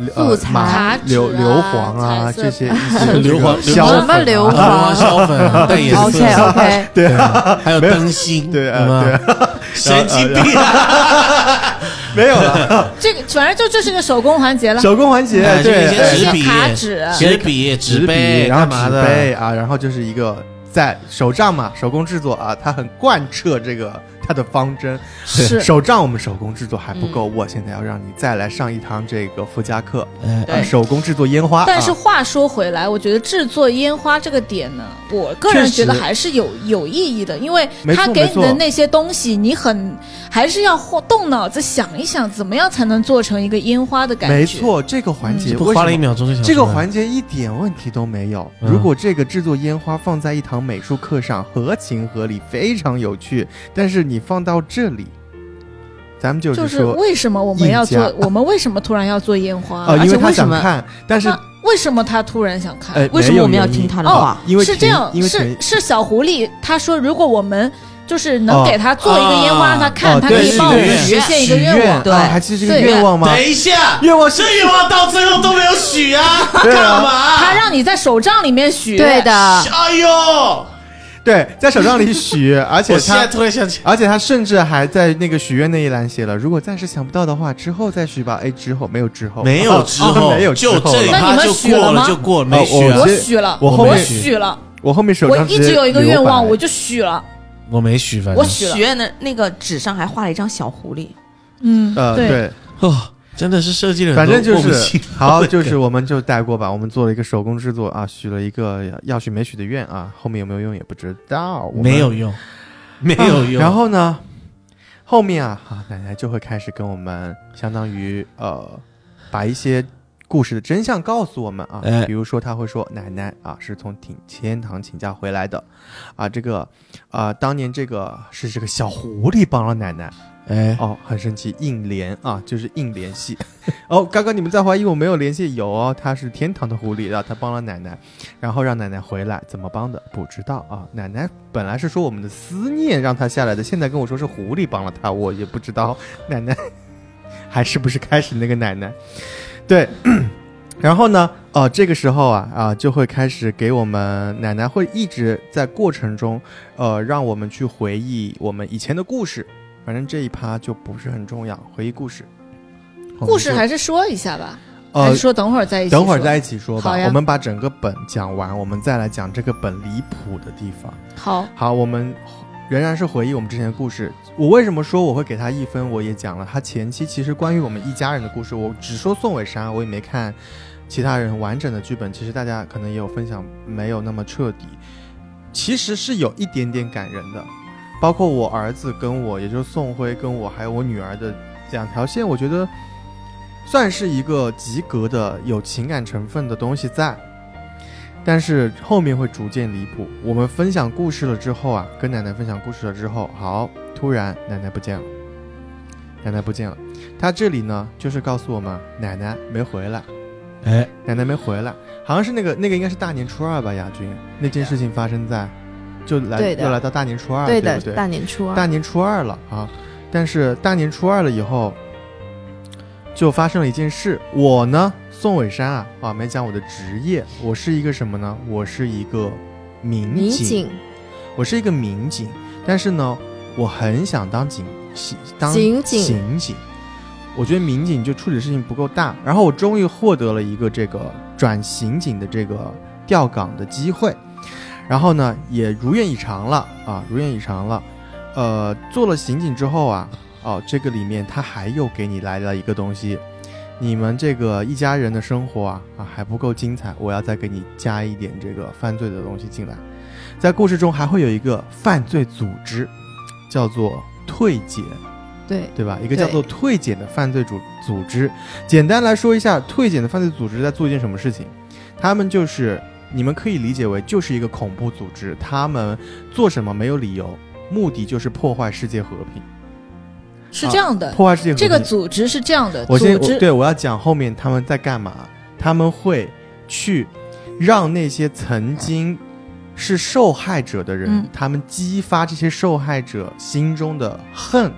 F: 素
A: 呃，
F: 材
A: 麻
D: 茶
A: 硫
D: 纸啊
A: 硫磺啊，
D: 彩色
A: 这些一些
G: 硫磺
A: 这个
G: 硫
A: 硝粉
G: 磺
F: 什么
D: 哦
F: 硫
A: 啊
F: 磺
G: 黄小粉带颜色
F: OK OK，
G: 对啊，还有灯芯，
A: 对啊
G: 是吧
A: 对，
G: 神经 病啊！嗯
A: 没有了，
D: 这个反正就这是个手工环节了，
A: 手工环节
G: 哎，这
A: 对
G: 一，
A: 哎
G: 些
D: 一
G: 纸
D: 些
G: 笔
D: 卡纸，
G: 纸笔、纸
A: 纸
G: 杯，
A: 然后
G: 干嘛
A: 纸
G: 的？
A: 杯啊，然后就是一个在手账嘛，手工制作啊，它很贯彻这个它的方针。
D: 是嗯
A: 手账我们手工制作还不够，我现在要让你再来上一堂这个附加课，
G: 哎
A: 啊，手工制作烟花。
D: 但是
A: 啊
D: 话说回来，我觉得制作烟花这个点呢，我个人
G: 确实
D: 觉得还是有有意义的，因为
A: 没错
D: 它给你
A: 没
D: 的
A: 错
D: 那些东西，你很还是要花动脑子想一想，怎么样才能做成一个烟花的感觉。
A: 没，错，这个环节
G: 嗯这
A: 为
G: 不花了
A: 什
G: 一
A: 么？
G: 秒钟就想
A: 这个
G: 出来
A: 环节一点问题都没有。
G: 嗯
A: 如果这个制作烟花放在一堂美术课上，合情合理，非常有趣。但是你放到这里，咱们就
D: 就是是
A: 说，
D: 为什么我们要
A: 硬
D: 做
A: 加，
D: 我们为什么突然要做烟花？
A: 呃，因
F: 而且
A: 他
F: 为什
A: 想
F: 么
A: 看，但是
D: 那为什么他突然想看？
A: 呃，
F: 为什
A: 没
F: 么
A: 有
F: 我们要
A: 原因
F: 听他的
D: 哦
F: 话？
A: 因为
D: 是这
A: 陈
D: 样，
A: 因为陈
D: 是是小狐狸，他说如果我们就是能
A: 哦
D: 给他做一个烟花，
G: 啊
D: 让他看，
A: 哦
D: 他可
A: 对
D: 以
A: 是
D: 帮我
G: 的
D: 们
G: 许
D: 实现一
A: 许
D: 个愿望。
A: 啊，还记得这个
D: 对
A: 愿望吗？
G: 等一下，
A: 愿望是
G: 这愿望到最后都没有许啊，
A: 对啊
G: 干嘛？
D: 他让你在手账里面许，
F: 对的，
G: 哎呦，
A: 对，在手账里许，而且
G: 我现在
A: 他。
G: 突然想起，
A: 而且他甚至还在那个许愿那一栏写了，如果暂时想不到的话，之后再许吧。哎，之后没有之后，
G: 没有之后，
A: 哦没有之
G: 就
A: 后
G: 这
A: 了。
G: 一
D: 那
G: 趴
D: 你们
G: 就
D: 许了
G: 过
D: 吗
G: 就过了，没
A: 哦
G: 许啊
A: 我
D: 我
A: 其实
D: 许了，
A: 我
G: 后面许
D: 许了，
A: 我后面手
D: 我
A: 账
D: 一
A: 直
D: 直
A: 接
D: 有一个愿望，
A: 留白
D: 我就许了，
G: 我没许，反
D: 我
G: 正
D: 许了
H: 许，愿的那个纸上还画了一张小狐狸，
D: 嗯，
A: 呃
D: 对，
A: 对，
G: 哦，真的是设计了
A: 反
G: 很多
A: 正
G: 莫
A: 就
G: 名其妙的
A: 是
G: 梗，
A: 好，就是 我们就带过吧。我们做了一个手工制作啊，许了一个要许没许的愿啊，后面有没有用也不知道。我们
G: 没有用，没
A: 啊
G: 有用。
A: 然后呢，后面啊，啊奶奶就会开始跟我们，相当于呃，把一些故事的真相告诉我们啊。
G: 哎
A: 比如说，她会说，奶奶啊是从挺天堂请假回来的，啊，这个啊、当年这个是这个小狐狸帮了奶奶
G: 哎，
A: 哦，很生气，硬连啊，就是硬联系。 哦，刚刚你们在怀疑我没有联系，有哦，他是天堂的狐狸，啊然后他帮了奶奶，然后让奶奶回来，怎么帮的不知道啊。奶奶本来是说我们的思念让他下来的，现在跟我说是狐狸帮了他，我也不知道奶 奶还是不是开始那个奶奶。对， 然后呢，哦、这个时候啊啊、就会开始给我们奶奶会一直在过程中，呃，让我们去回忆我们以前的故事。反正这一趴就不是很重要，回忆故事。
D: 故事还是说一下吧，
A: 呃
D: 还是说等会儿再一起，
A: 等会儿在一，起说吧
D: 好。呀
A: 我们把整个本讲完，我们再来讲这个本离谱的地方。
D: 好，
A: 好，我们仍然是回忆我们之前的故事。我为什么说我会给他一分？我也讲了，他前期其实关于我们一家人的故事，我只说宋伟山，我也没看其他人完整的剧本。其实大家可能也有分享，没有那么彻底，其实是有一点点感人的。包括我儿子跟我，也就是宋辉跟我，还有我女儿的两条线，我觉得算是一个及格的有情感成分的东西在。但是后面会逐渐离谱。我们分享故事了之后啊，跟奶奶分享故事了之后，好，突然奶奶不见了，奶奶不见了。她这里呢，就是告诉我们奶奶没回来，
G: 哎，
A: 奶奶没回来，好像是那个那个应该是大年初二吧，亚军那件事情发生在，就来
F: 对的
A: 又来到大年初二，
F: 对
A: 啊对
F: 的
A: 不，对？
F: 大年初
A: 大
F: 二，
A: 年初二了啊，但是大年初二了以后，就发生了一件事。我呢，宋伟山啊，啊，没讲我的职业，我是一个什么呢？我是一个民
F: 民
A: 警，
F: 警
A: 我是一个民警，但是呢，我很想当警，当
F: 刑警
A: 刑警。我觉得民警就处理事情不够大，然后我终于获得了一个这个转刑警的这个调岗的机会，然后呢也如愿以偿了啊，如愿以偿了。呃，做了刑警之后啊，哦，这个里面他还又给你来了一个东西，你们这个一家人的生活啊啊还不够精彩，我要再给你加一点这个犯罪的东西进来。在故事中还会有一个犯罪组织，叫做退检，
F: 对
A: 对吧？一个叫做退检的犯罪组组织。简单来说一下，退检的犯罪组织在做一件什么事情？他们就是你们可以理解为就是一个恐怖组织，他们做什么没有理由，目的就是破坏世界和平。
D: 是这样的，
A: 啊破坏事件合
D: 这个
A: 集
D: 组织是这样的，
A: 我先
D: 组
A: 我
D: 织
A: 对我要讲后面他们在干嘛，他们会去让那些曾经是受害者的人，
D: 嗯
A: 他们激发这些受害者心中的恨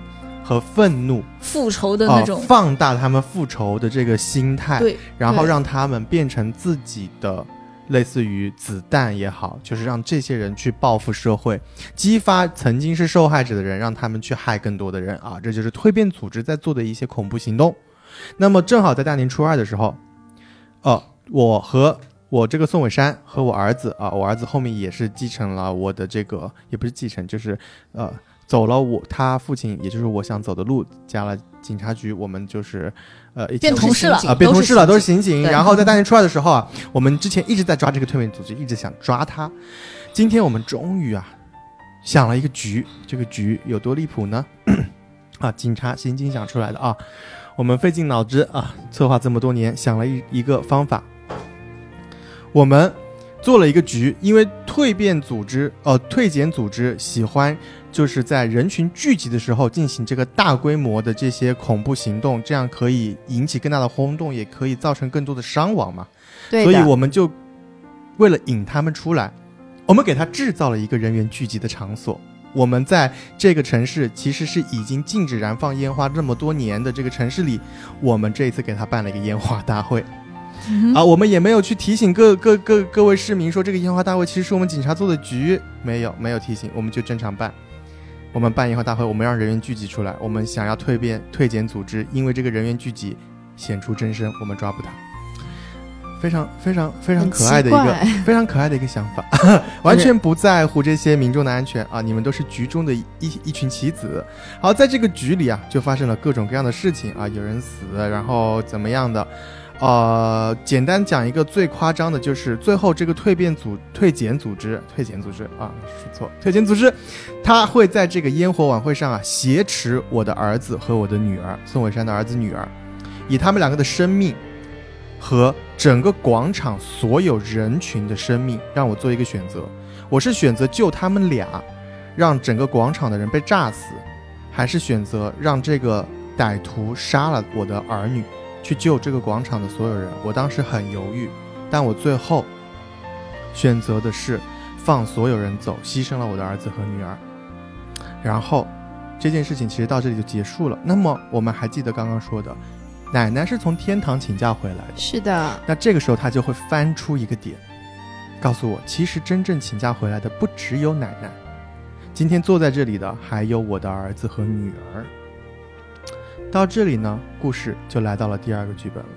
A: 和愤怒，
D: 复仇的
A: 啊
D: 那种，
A: 放大他们复仇的这个心态，
D: 对，
A: 然后
D: 对
A: 让他们变成自己的。类似于子弹也好，就是让这些人去报复社会，激发曾经是受害者的人，让他们去害更多的人啊！这就是蜕变组织在做的一些恐怖行动。那么正好在大年初二的时候，呃，我和我这个宋伟山和我儿子啊，我儿子后面也是继承了我的这个，也不是继承，就是呃，走了我他父亲，也就是我想走的路，加了警察局，我们就是呃一起
D: 变
H: 都是
D: 同事了
H: 刑警
A: 啊，变同事了，都是
H: 刑
A: 刑警。
H: 对
A: 然后在大年初二的时候啊，我们之前一直在抓这个蜕变组织，一直想抓他。今天我们终于啊，想了一个局，这个局有多离谱呢？ 啊，警察刑警想出来的啊，我们费尽脑汁啊，策划这么多年，想了一一个方法，我们做了一个局，因为蜕变组织呃退检组织喜欢就是在人群聚集的时候进行这个大规模的这些恐怖行动，这样可以引起更大的轰动，也可以造成更多的伤亡嘛。
F: 对
A: 所以
F: 的，
A: 我们就为了引他们出来，我们给他制造了一个人员聚集的场所。我们在这个城市其实是已经禁止燃放烟花这么多年的这个城市里，我们这一次给他办了一个烟花大会。
D: 嗯
A: 啊，我们也没有去提醒各各各各位市民说这个烟花大会其实是我们警察做的局，没有没有提醒，我们就正常办。我们办烟花大会，我们让人员聚集出来，我们想要蜕变退检组织，因为这个人员聚集显出真身，我们抓捕他。非常非常非常
F: 很
A: 可爱的一
F: 奇
A: 个
F: 怪
A: 非常可爱的一个想法， 完全不在乎这些民众的安全啊！你们都是局中的一一一群棋子。好，在这个局里啊，就发生了各种各样的事情啊，有人死，然后怎么样的。呃，简单讲一个最夸张的，就是最后这个蜕变组、退检组织、退检组织啊，说错，退检组织，他会在这个烟火晚会上啊，挟持我的儿子和我的女儿，宋伟山的儿子女儿，以他们两个的生命和整个广场所有人群的生命，让我做一个选择。我是选择救他们俩，让整个广场的人被炸死，还是选择让这个歹徒杀了我的儿女，去救这个广场的所有人？我当时很犹豫，但我最后选择的是放所有人走，牺牲了我的儿子和女儿。然后这件事情其实到这里就结束了。那么我们还记得刚刚说的，奶奶是从天堂请假回来的。
F: 是的，
A: 那这个时候他就会翻出一个点，告诉我，其实真正请假回来的不只有奶奶，今天坐在这里的还有我的儿子和女儿。到这里呢，故事就来到了第二个剧本了。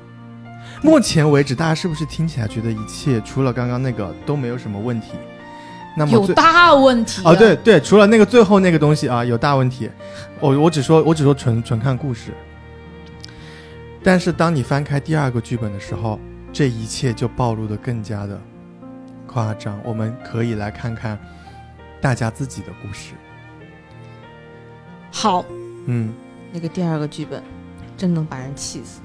A: 目前为止，大家是不是听起来觉得一切除了刚刚那个都没有什么问题？那么
D: 嗯有
A: 最
D: 大问题
A: 哦，对，对，除了那个最后那个东西啊，有大问题。我我只说我只说纯纯看故事。但是当你翻开第二个剧本的时候，这一切就暴露的更加的夸张。我们可以来看看大家自己的故事。
D: 好，
A: 嗯，
H: 警那个第二个剧本，真能把人气死。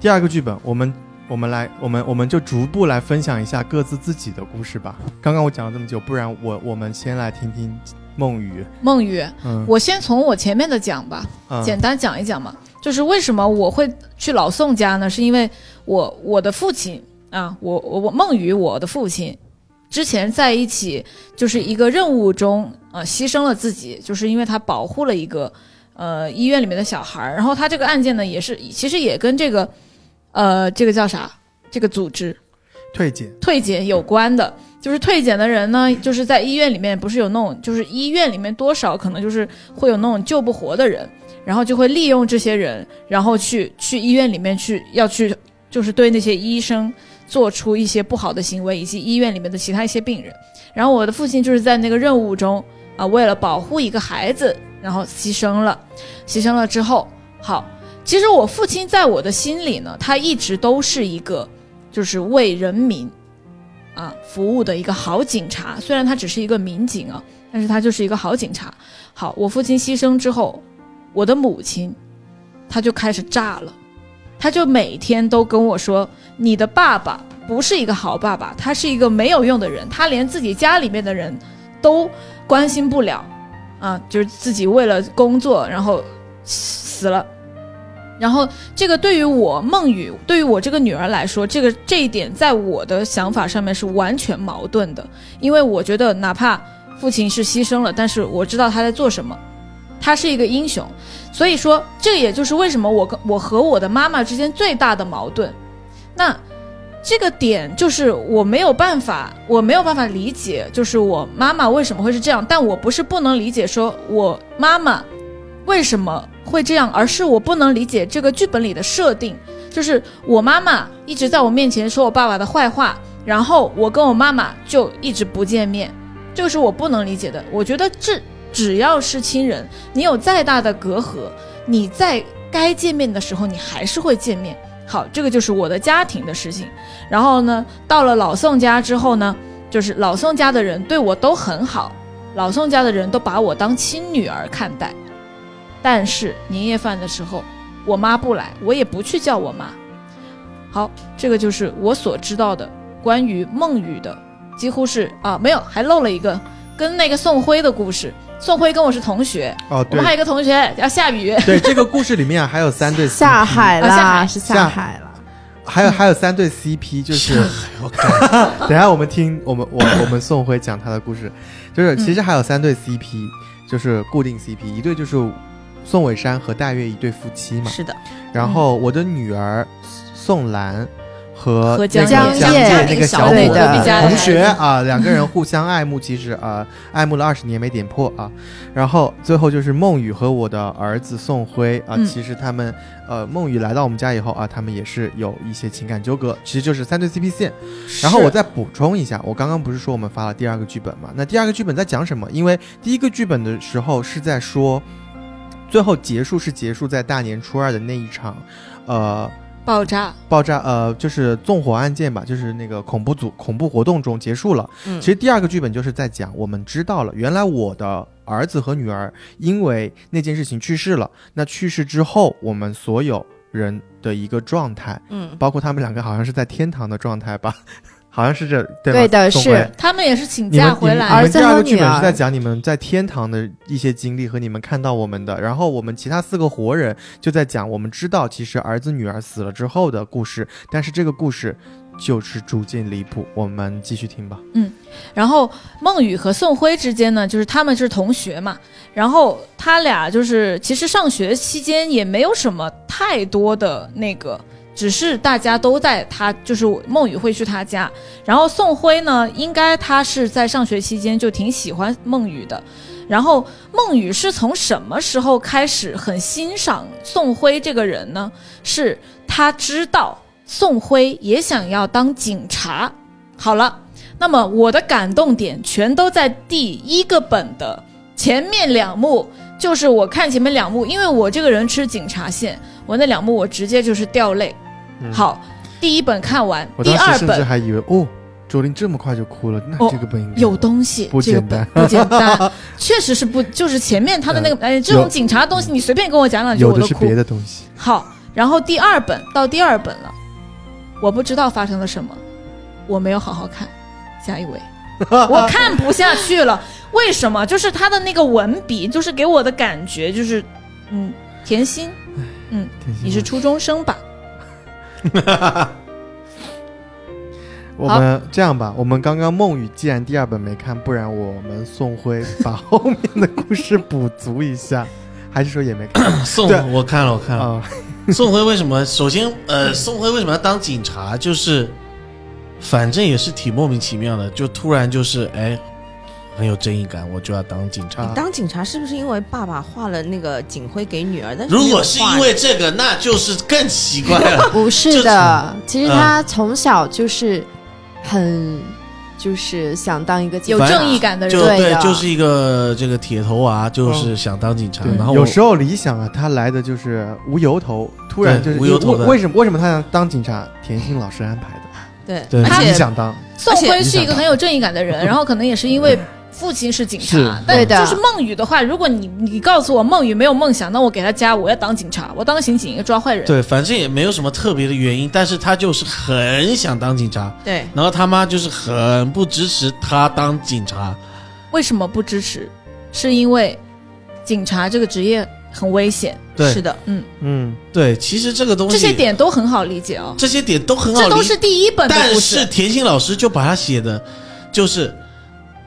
A: 第二个剧本，我们我们来我们我们就逐步来分享一下各自自己的故事吧。刚刚我讲了这么久，不然我我们先来听听梦雨。
D: 梦雨，
A: 嗯，
D: 我先从我前面的讲吧，
A: 嗯
D: 简单讲一讲嘛，就是为什么我会去老宋家呢？是因为我我的父亲啊，我我我梦雨我的父亲之前在一起就是一个任务中啊、呃牺牲了自己，就是因为他保护了一个呃医院里面的小孩儿。然后他这个案件呢，也是其实也跟这个呃这个叫啥这个组织
A: 退减。
D: 退检有关的，就是退检的人呢，就是在医院里面不是有那种，就是医院里面多少可能就是会有那种救不活的人，然后就会利用这些人，然后去去医院里面去要去，就是对那些医生做出一些不好的行为，以及医院里面的其他一些病人。然后我的父亲就是在那个任务中啊，为了保护一个孩子，然后牺牲了，牺牲了之后，好，其实我父亲在我的心里呢，他一直都是一个。就是为人民啊服务的一个好警察。虽然他只是一个民警啊，但是他就是一个好警察。好，我父亲牺牲之后，我的母亲，她就开始炸了，她就每天都跟我说：“你的爸爸不是一个好爸爸，他是一个没有用的人，他连自己家里面的人都关心不了，啊，就是自己为了工作，然后死了。然后，这个对于我梦雨，对于我这个女儿来说，这个这一点在我的想法上面是完全矛盾的，因为我觉得哪怕父亲是牺牲了，但是我知道他在做什么，他是一个英雄。所以说，这也就是为什么我跟我和我的妈妈之间最大的矛盾。那这个点就是我没有办法，我没有办法理解，就是我妈妈为什么会是这样，但我不是不能理解，说我妈妈为什么会这样，而是我不能理解这个剧本里的设定，就是我妈妈一直在我面前说我爸爸的坏话，然后我跟我妈妈就一直不见面，这个是我不能理解的。我觉得这只要是亲人，你有再大的隔阂，你在该见面的时候你还是会见面。好，这个就是我的家庭的事情。然后呢，到了老宋家之后呢，就是老宋家的人对我都很好，老宋家的人都把我当亲女儿看待。但是年夜饭的时候，我妈不来，我也不去叫我妈。好，这个就是我所知道的关于孟雨的，几乎是啊，没有，还漏了一个跟那个宋辉的故事。宋辉跟我是同学，
A: 哦，
D: 我
A: 对
D: 们还有一个同学叫夏雨，
A: 对，这个故事里面啊还有三对 CP,
F: 下海
D: 啊下
F: 啦，
D: 海
F: 是
A: 下
F: 下海了。
A: 还有还有三对 CP，就是
G: 我靠，
A: 等一下我们听我们我我们宋辉讲他的故事，就是其实还有三对 CP，、就是固定 CP，一对就是宋伟山和戴月一对夫妻嘛，
H: 是的，
A: 然后我的女儿宋兰和
D: 和
A: 那个
F: 江
A: 江
F: 夜
A: 那个小伙
F: 对的
A: 子
F: 隔壁家
A: 同
F: 的
A: 学啊，两个人互相爱慕，其实啊，爱慕了二十年没点破啊。然后最后就是梦雨和我的儿子宋辉啊，
D: 嗯
A: 其实他们呃，梦雨来到我们家以后啊，他们也是有一些情感纠葛，其实就是三对 CP 线。然后我再补充一下，我刚刚不是说我们发了第二个剧本嘛？那第二个剧本在讲什么？因为第一个剧本的时候是在说，最后结束是结束在大年初二的那一场，呃，
D: 爆炸。
A: 爆炸，呃，就是纵火案件吧，就是那个恐怖组恐怖活动中结束了。
H: 嗯
A: 其实第二个剧本就是在讲，我们知道了，原来我的儿子和女儿因为那件事情去世了。那去世之后，我们所有人的一个状态，
H: 嗯，
A: 包括他们两个好像是在天堂的状态吧， 好像是这对吧
F: 对的
A: 宋辉
F: 是
D: 他们也是请
A: 你们
D: 假回
A: 你们你
D: 来
F: 儿
A: 们
F: 子
A: 第二
F: 和
A: 个剧
F: 女
A: 本是
F: 儿。
A: 在讲你们在天堂的一些经历和你们看到我们的，然后我们其他四个活人就在讲我们知道其实儿子女儿死了之后的故事，但是这个故事就是逐渐离谱。我们继续听吧。
D: 然后孟雨和宋辉之间呢，就是他们是同学嘛，然后他俩就是其实上学期间也没有什么太多的那个，只是大家都在他就是孟雨会去他家，然后宋辉呢，应该他是在上学期间就挺喜欢孟雨的。然后孟雨是从什么时候开始很欣赏宋辉这个人呢？是他知道宋辉也想要当警察。好了，那么我的感动点全都在第一个本的前面两幕，就是我看前面两幕，因为我这个人吃警察线，我那两幕我直接就是掉泪。
A: 嗯
D: 好，第一本看完，
A: 我
D: 第
A: 当
D: 二
A: 时甚至
D: 本
A: 还以为哦，周琳这么快就哭了，那
D: 哦
A: 这个本应该
D: 有东西，
A: 不
D: 这个
A: 简单嗯
D: 本不 简单，确实是不就是前面他的那个哎，这
A: 有
D: 种警察东西，你随便跟我讲两句
A: 有
D: 我
A: 的
D: 都
A: 是
D: 哭
A: 别。的东西。
D: 好，然后第二本到第二本了，我不知道发生了什么，我没有好好看，下一位。我看不下去了，为什么？就是他的那个文笔，就是给我的感觉就是，嗯，甜心，
A: 天心
D: 你是初中生吧？
A: 我们这样吧，我们刚刚梦雨既然第二本没看，不然我们宋辉把后面的故事补足一下， 还是说也没看
G: 宋
A: 对，
G: 我看了，我看了。
A: 啊？
G: 宋辉为什么？首先，呃，宋辉为什么要当警察？就是，反正也是挺莫名其妙的，就突然就是，哎，很有正义感，我就要当警察。
A: 啊
H: 你当警察是不是因为爸爸画了那个警徽给女儿？但是
G: 如
H: 没有
G: 果是
H: 画
G: 因为这个，那就是更奇怪了
F: 不是的，其实
G: 嗯
F: 他从小就是很，就是想当一个 警
D: 有
F: 察
G: 反正
D: 正义感的
G: 就
D: 人，啊
F: 对
G: 对，
F: 的
G: 就是一个这个铁头娃，就是想当警察，
A: 哦对
G: 然后
A: 有
G: 我
A: 时候理想啊，他来的就是无由头，突然就
G: 对
A: 是
G: 无由头的
A: 为为什么为什么他想当警察？田心老师安排 的，
H: 对，
G: 对
D: 而且
A: 你想当
D: 宋
H: 而
D: 辉
H: 且
D: 是一个很有正义感的人，然后可能也是因为父亲是警
A: 是
D: 察，但
F: 对
D: 就
F: 的
D: 是孟雨的话，如果你你告诉我孟雨没有梦想，那我给他加我要当警察，我当刑警抓坏人。
G: 对，反正也没有什么特别的原因，但是他就是很想当警察，
H: 对，
G: 然后他妈就是很不支持他当警察，
D: 为什么不支持？是因为警察这个职业很危险。
G: 对
H: 是的，
G: 嗯，对，其实这个东西
D: 这些点都很好理解哦，
G: 这些点都很好理
D: 这
G: 解，
D: 都是第一本的
G: 但
D: 故
G: 是
D: 事。
G: 田心老师就把它写的，就是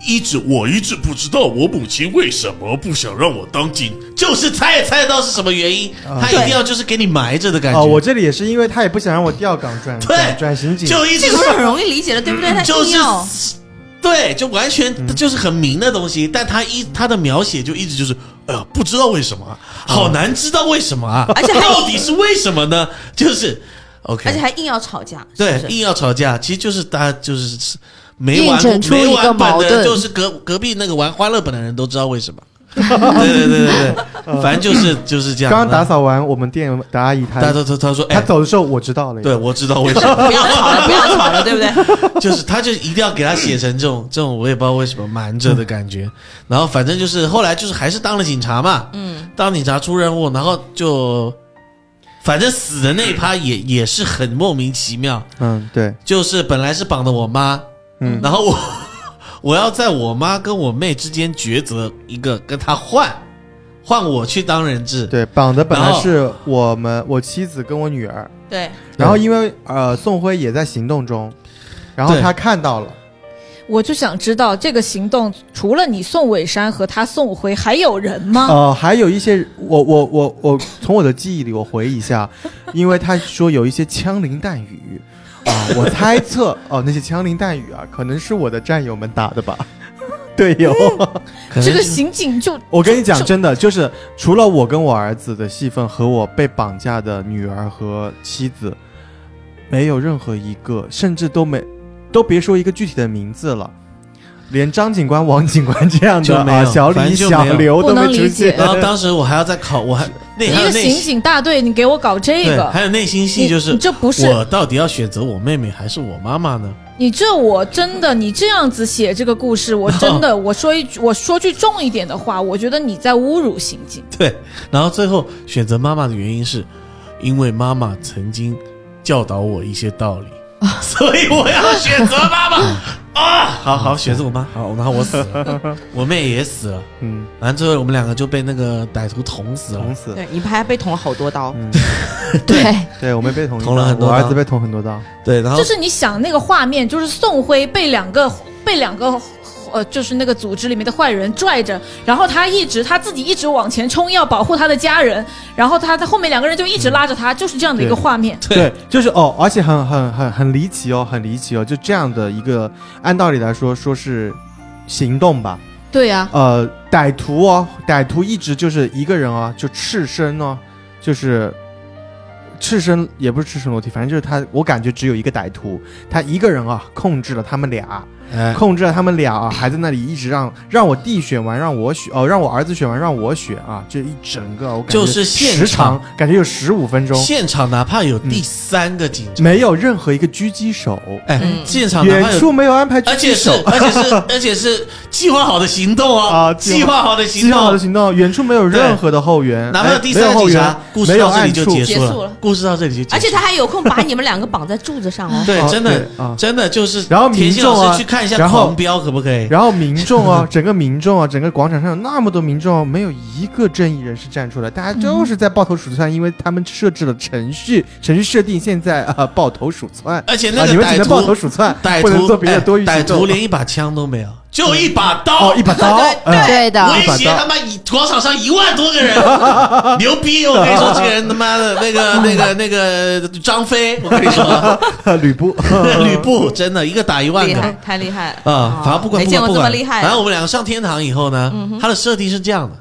I: 一直我一直不知道我母亲为什么不想让我当警，
G: 就是猜也猜得到是什么原因，
D: 啊
G: 他一定要就是给你埋着的感觉。
A: 哦，我这里也是因为他也不想让我调岗转
G: 对
A: 转转刑警，
G: 就一直
H: 这个是很容易理解的，对不对？他
G: 就
H: 硬要
G: 是对，就完全
A: 嗯
G: 就是很明的东西，但他一他的描写就一直就是，哎呀，不知道为什么啊，好难知道为什么啊，
H: 而且还
G: 到底是为什么呢？就是
H: 而且
G: OK，
H: 还硬要吵架，是不
G: 对
H: 是，
G: 硬要吵架，其实就是大家就是没
F: 硬整
G: 玩
F: 出
G: 没
F: 一个
G: 玩
F: 矛
G: 本的，
F: 盾
G: 就是隔隔壁那个玩欢乐本的人都知道为什么。 对对对对对，反正就是就是这样。
A: 刚刚打，扫完我们店的阿姨她
G: 他他他他说，
A: 她
G: 哎，
A: 走的时候我知道了，
G: 对，我知道为什么。
H: 不要吵了，不要吵了，对不 对？
G: 就是他就一定要给他写成这种这 种，我也不知道为什么瞒着的感觉。然后反正就是后来就是还是当了警察嘛，
H: 嗯，
G: 当警察出任务，然后就反正死的那一趴也也是很莫名其妙，
A: 嗯对，
G: 就是本来是绑的我妈，
A: 嗯
G: 然后我 我要在我妈跟我妹之间抉择一个，跟她换换我去当人质，
A: 对，绑的本
G: 然
A: 来
G: 后
A: 是我们我妻子跟我女儿，
H: 对，
A: 然后因为呃宋辉也在行动中，然后
G: 对
A: 他看到了，
D: 我就想知道这个行动除了你宋伟山和他宋辉，还有人吗？
G: 哦
A: 呃，还有一些我我我我从我的记忆里我回忆一下，因为他说有一些枪林弹雨。啊，我猜测哦，那些枪林弹雨啊，可能是我的战友们打的吧， 队友。
G: 可能
D: 这个
G: 是
D: 刑警就
A: 我跟你讲，
D: 就
A: 真的就是除了我跟我儿子的戏份和我被绑架的女儿和妻子，没有任何一个，甚至都没，都别说一个具体的名字了，连张警官、王警官这样
G: 就
A: 的
G: 没有
A: 啊，小
G: 反
A: 李、
G: 正就
A: 小
G: 没有
A: 刘都
D: 不能
A: 没出
D: 理解
A: 现。
G: 然后当时我还要再考，我还那
D: 一
G: 还有
D: 个
G: 内
D: 刑
G: 心
D: 警大队，你给我搞这
G: 对，
D: 个，
G: 还有内心戏
D: 你
G: 就是
D: 你这不是
G: 我到底要选择我妹妹还是我妈妈呢？
D: 你这我真的，你这样子写这个故事，我真 的，我说一句，我说句重一点的话，我觉得你在侮辱刑警。
G: 对，然后最后选择妈妈的原因是，因为妈妈曾经教导我一些道理，
D: 哦
G: 所以我要选择妈 妈啊！好好选择我妈，好，然后我死了， 我妹也死了，
A: 嗯，
G: 然后最后我们两个就被那个歹徒捅死了
A: 捅。
D: 嗯
A: 死。
H: 对你还被捅了好多刀，
G: 嗯
F: 对，
A: 对，我没被捅一刀，
G: 捅了很多
A: 我儿
G: 刀
A: 子被捅很多刀。
G: 对，然后
D: 就是你想那个画面，就是宋辉被两个被两个呃，就是那个组织里面的坏人拽着，然后他一直他自己一直往前冲，要保护他的家人，然后他他后面两个人就一直拉着他，就是这样的一个画面。
A: 对，就是哦，而且很很很很离奇哦，很离奇哦，就这样的一个，按道理来说说是行动吧，
D: 对呀、
A: 呃，歹徒哦，歹徒一直就是一个人啊，就赤身哦，就是赤身也不是赤身裸体，反正就是他，我感觉只有一个歹徒，他一个人啊，控制了他们俩，
G: 哎
A: 控制了他们俩啊，还在那里一直让让我弟选完，让我选哦，让我儿子选完，让我选啊，这一整个我感觉
G: 就是现
A: 时长感觉有十五分钟，
G: 现场哪怕有第三个警察，
A: 嗯没有任何一个狙击手，
G: 哎，
H: 嗯
G: 现场哪怕
A: 远
G: 有
A: 处没有安排狙
G: 而
A: 击
G: 且是
A: 手。
G: 而且是而且是计划好的行动哦，
A: 啊
G: 计
A: 计划
G: 划好的行
A: 计划好的
G: 动，
A: 行动，远处没有任何的后援，
G: 哪怕嗯有
A: 哎
G: 第
A: 没
G: 三
A: 有
G: 个
A: 后
G: 警
A: 援
G: 察，，故事
A: 没有
G: 到这里
A: 暗
G: 就
A: 处，
G: 结束
H: 结束
G: 了
H: 了，
G: 故事到这里就结束了，
H: 而且他还有空把你们两个绑在柱子 上哦。
G: 对
A: 哦，
G: 真的
A: 对啊
G: 真的就是，
A: 然后
G: 田
A: 民
G: 心
A: 众啊
G: 老师去看一下
A: 然后
G: 狂飙可不可以？
A: 然后民众啊， 整个民众啊，整个广场上有那么多民众啊，没有一个正义人士站出来，大家都是在抱头鼠窜，因为他们设置了程序，程序设定现在啊、呃抱头鼠窜
G: 而且
A: 啊，
G: 那
A: 你
G: 个
A: 们只
G: 歹
A: 能抱头
G: 徒，
A: 鼠窜，
G: 歹
A: 不能
G: 徒
A: 做别的多余
G: 哎
A: 行
G: 歹徒
A: 动。
G: 连一把枪都没有，就一把刀
A: 哦，，一把刀，哎，
F: 对的，
G: 威胁他妈一广场上一万多 个人，牛逼！我跟你说，这个人他妈的那个那个那个张飞，我跟你 说，
A: 呃 吕布，
G: 吕布真的一个打一万
H: 厉
G: 个
H: 害，太厉害了哦
G: 啊！反正不管
H: 没
G: 不
H: 见
G: 管
H: 过
G: 不
H: 这么
G: 管
H: 厉，害
G: 反正
H: 的。嗯
G: 我们两个上天堂以后呢，它的设定是这样的。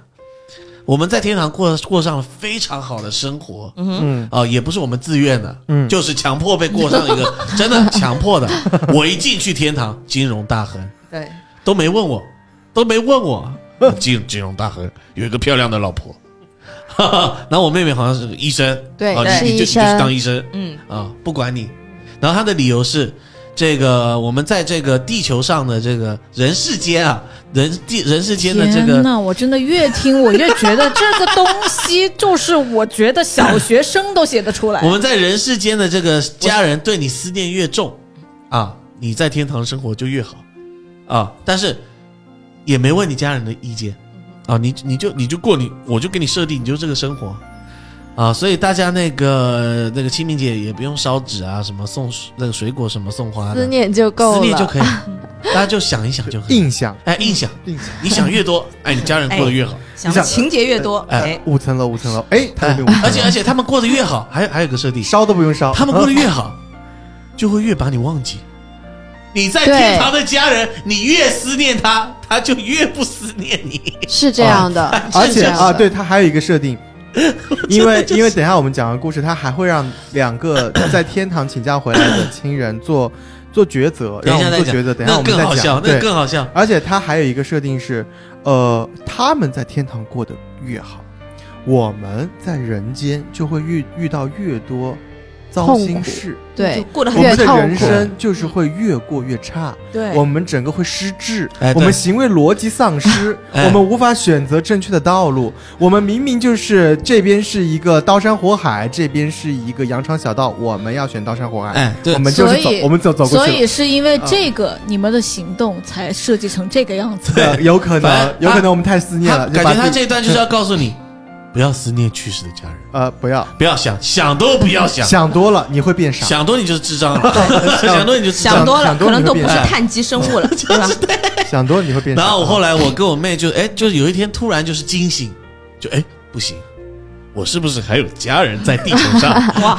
G: 我们在天堂过过上了非常好的生活，
A: 嗯
G: 啊、也不是我们自愿的，
A: 嗯
G: 就是强迫被过上一个真的强迫 的。我一进去天堂，金融大亨
H: 对，
G: 都没问我，都没问我， 金金融大亨有一个漂亮的老 婆，哈哈。然后我妹妹好像是个医生，
F: 对
G: 啊，
H: 对
G: 你你就
F: 是医
G: 你
F: 生
G: 就是当医生
H: 嗯，
G: 啊，不管你。然后她的理由是，这个我们在这个地球上的这个人世间啊，人地人世间的这
D: 天
G: 个
D: 呐，我真的越听我越觉得这个东西就是我觉得小学生都写得 出来
G: 我。们在人世间的这个家人对你思念越重，啊，你在天堂生活就越好，啊，但是也没问你家人的意见，啊，你你就你就过你，我就给你设定，你就这个生活啊。所以大家那个那个清明节也不用烧纸啊，什么送那个水果，什么送花的，
F: 思念就够了，
G: 思念就可以，大家就想一想就可 以。
A: 印象
G: 哎，印象，
A: 印象。
G: 你想越多，哎，你家人过得越好，
H: 想的情节越多，
G: 哎
H: 哎，
A: 五层楼，五层楼，哎，他有
G: 哎
A: 没有五层楼？
G: 而且而且他们过得越好，还有还有个设定，
A: 烧都不用烧，
G: 他们过得越好，就会越把你忘记。 你在
F: 对
G: 天堂的家人，你越思念他，他就越不思念你。
F: 是这样的，
A: 而
F: 是
A: 且
F: 这样
A: 啊，
F: 的
A: 对，它还有一个设 定，因为
G: 就是
A: 因为等一下我们讲完故事，它还会让两个 在天堂请假回来的亲人做做抉择，
G: 等
A: 让我
G: 一
A: 们
G: 下再
A: 做
G: 讲
A: 抉择。，等一下
G: 那
A: 我们
G: 更好
A: 再
G: 笑
A: 讲，，
G: 那
A: 对。
G: 更好笑。
A: 而且它还有一个设定是，呃，他们在天堂过得越好，我们在人间就会遇遇到越多糟
F: 痛
A: 心
F: 苦
A: 事，
H: 就
F: 对，
H: 过得
A: 我
H: 很
A: 们
F: 越
A: 的
F: 痛
A: 人
F: 苦
A: 生就是会越过越差。
D: 哎
H: 对
A: 我们整个会失智，
G: 哎
A: 我
G: 对
A: 们行为逻辑丧失，
G: 哎
A: 我们无法选择正确的道路。我们明明就是这边是一个刀山火海，这边是一个羊肠小道，我们要选刀山火海，
G: 哎，对
A: 我，们就是走
D: 所以，
A: 我们走走过
D: 所
A: 去了。嗯
D: 以是因为这个，你们的行动才设计成这个样子。
A: 呃有可
G: 反
A: 能，
G: 正
A: 有可能我们太思念
G: 他
A: 了，就
G: 感
A: 把
G: 觉
A: 自
G: 他
A: 己
G: 这一段啊就是要告诉你， 不要思念去世的家人，
A: 呃不要
G: 不要想，想都不要想，
A: 想多了，你会变傻。
G: 想多你就是智障 了，想多你就智哎障
H: 想
G: 了。
H: 多了，
A: 想多
H: 可
A: 了
H: 能
A: 你
H: 都
A: 就
H: 不
A: 变
H: 是
A: 傻
H: 碳基生物了， 对吧？
A: 想多了你会变傻。
G: 然后我后来我跟我妹就哎，就是有一天突然就是惊醒，就哎不行，我是不是还有家人在地球上？
H: 哇，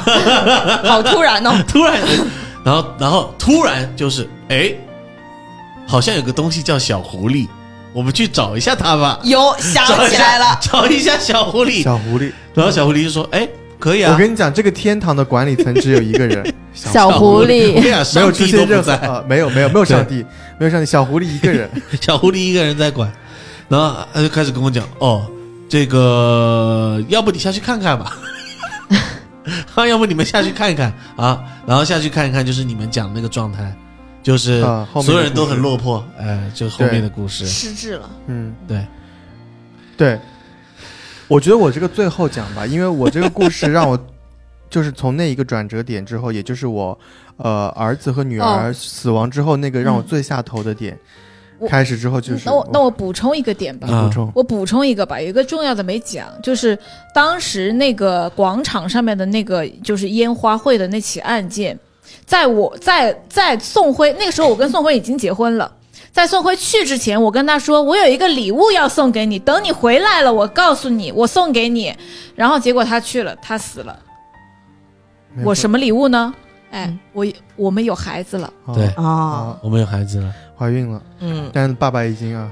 H: 好突然哦！
G: 突然，然后然后突然就是哎，好像有个东西叫小狐狸，我们去找一下它吧。
H: 有想
G: 找一
H: 起
G: 下
H: 来了，，
G: 找一下小狐狸。
A: 小狐狸，
G: 然后小狐狸就说：“哎，可以啊，
A: 我跟你讲，这个天堂的管理层只有一个人，
F: 小狐狸
G: 我跟你讲，
A: 没有
G: 上
A: 出
G: 帝
A: 现
G: 都不
A: 任何
G: 在，
A: 呃没有没有没有上帝，没有上帝，小狐狸一个人。
G: 小狐狸一个人在管。”然后他就开始跟我讲：“哦，这个要不你下去看看吧。” 啊，要不你们下去看一看啊，然后下去看一看，就是你们讲的那个状态，就是
A: 啊后面的
G: 所有人都
A: 故事
G: 很落魄，哎，就后面的故事，
H: 失智了，
A: 嗯，
G: 对，
A: 对，我觉得我这个最后讲吧，因为我这个故事让 我就是从那一个转折点之后，也就是我呃儿子和女儿死亡之后那个让我最下头的点，
D: 哦嗯我
A: 开始之后就是
D: 那我那我补充一个点吧。
G: 啊
A: 你补充，
D: 我补充一个吧，有一个重要的没讲，就是当时那个广场上面的那个就是烟花会的那起案件，在我在在宋辉那个时候，我跟宋辉已经结婚了。在宋辉去之前，我跟他说，我有一个礼物要送给你，等你回来了，我告诉你，我送给你。然后结果他去了，他死了。
A: 没
D: 我
A: 有
D: 什么礼物呢？哎
F: 嗯，
D: 我我们有孩子了。
A: 啊
G: 对
H: 哦，
A: 啊
G: 我们有孩子了。
A: 怀孕了，
H: 嗯，
A: 但是爸爸已经啊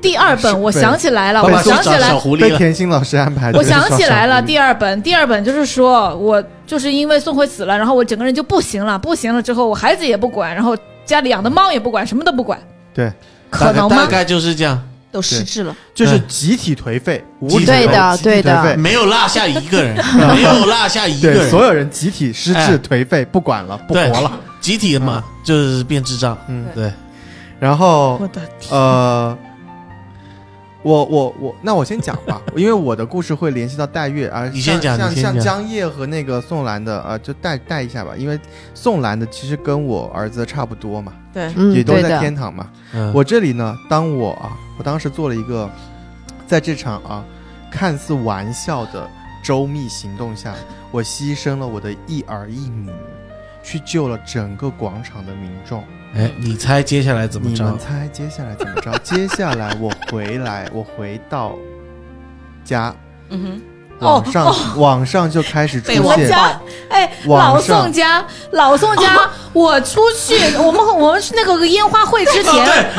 D: 第二本，我
A: 对
D: 想起来了，
A: 爸
D: 我
A: 爸
D: 想起来
G: 小，狐狸
A: 被
G: 了，
A: 甜心老师安排的。
D: 我想起来了，
A: 二
D: 第二本，第二本就是说我就是因为宋慧死了，然后我整个人就不行了，不行了之后我孩子也不管，然后家里养的猫也不管，什么都不管，
A: 对，
D: 可能
G: 大概大
D: 吗？
G: 概就是这样，
H: 都失智了，
A: 就是
G: 嗯
A: 集体颓废，无
G: 集体
A: 理
G: 对
A: 由
F: 的
A: 集体
F: 对的
A: 颓废
G: 没有落下一个人，没有落下一个
A: 对，
G: 人，
A: 所有人集体失
G: 哎
A: 智颓废，不管了，不
G: 对
A: 活了。
G: 集体嘛，就是变智障。
A: 嗯，
G: 对，
A: 然后
J: 的天
A: 呃，我我我，那我先讲吧，因为我的故事会联系到戴月啊，
G: 你先
A: 像
G: 讲
A: 像
G: 你先
A: 像
G: 讲
A: 江夜和那个宋兰的啊，就带带一下吧，因为宋兰的其实跟我儿子差不多嘛，
H: 对，
F: 嗯，
A: 也都
F: 对
A: 在
F: 的，
A: 天堂嘛。
G: 嗯
A: 我这里呢，当我啊，我当时做了一个，在这场啊看似玩笑的周密行动下，我牺牲了我的一儿一女，去救了整个广场的民众。
G: 哎，你猜接下来怎么
A: 你
G: 着
A: 们？猜接下来怎么着？接下来我回来，我回到家，
H: 嗯哼，
A: 网上、网上就开始出
H: 被
D: 哦我
H: 网
A: 现，
D: 家哎，老
A: 网上
D: 宋家，老宋家，我出去，我们我们去那个烟花会之
G: 哦对
D: 前，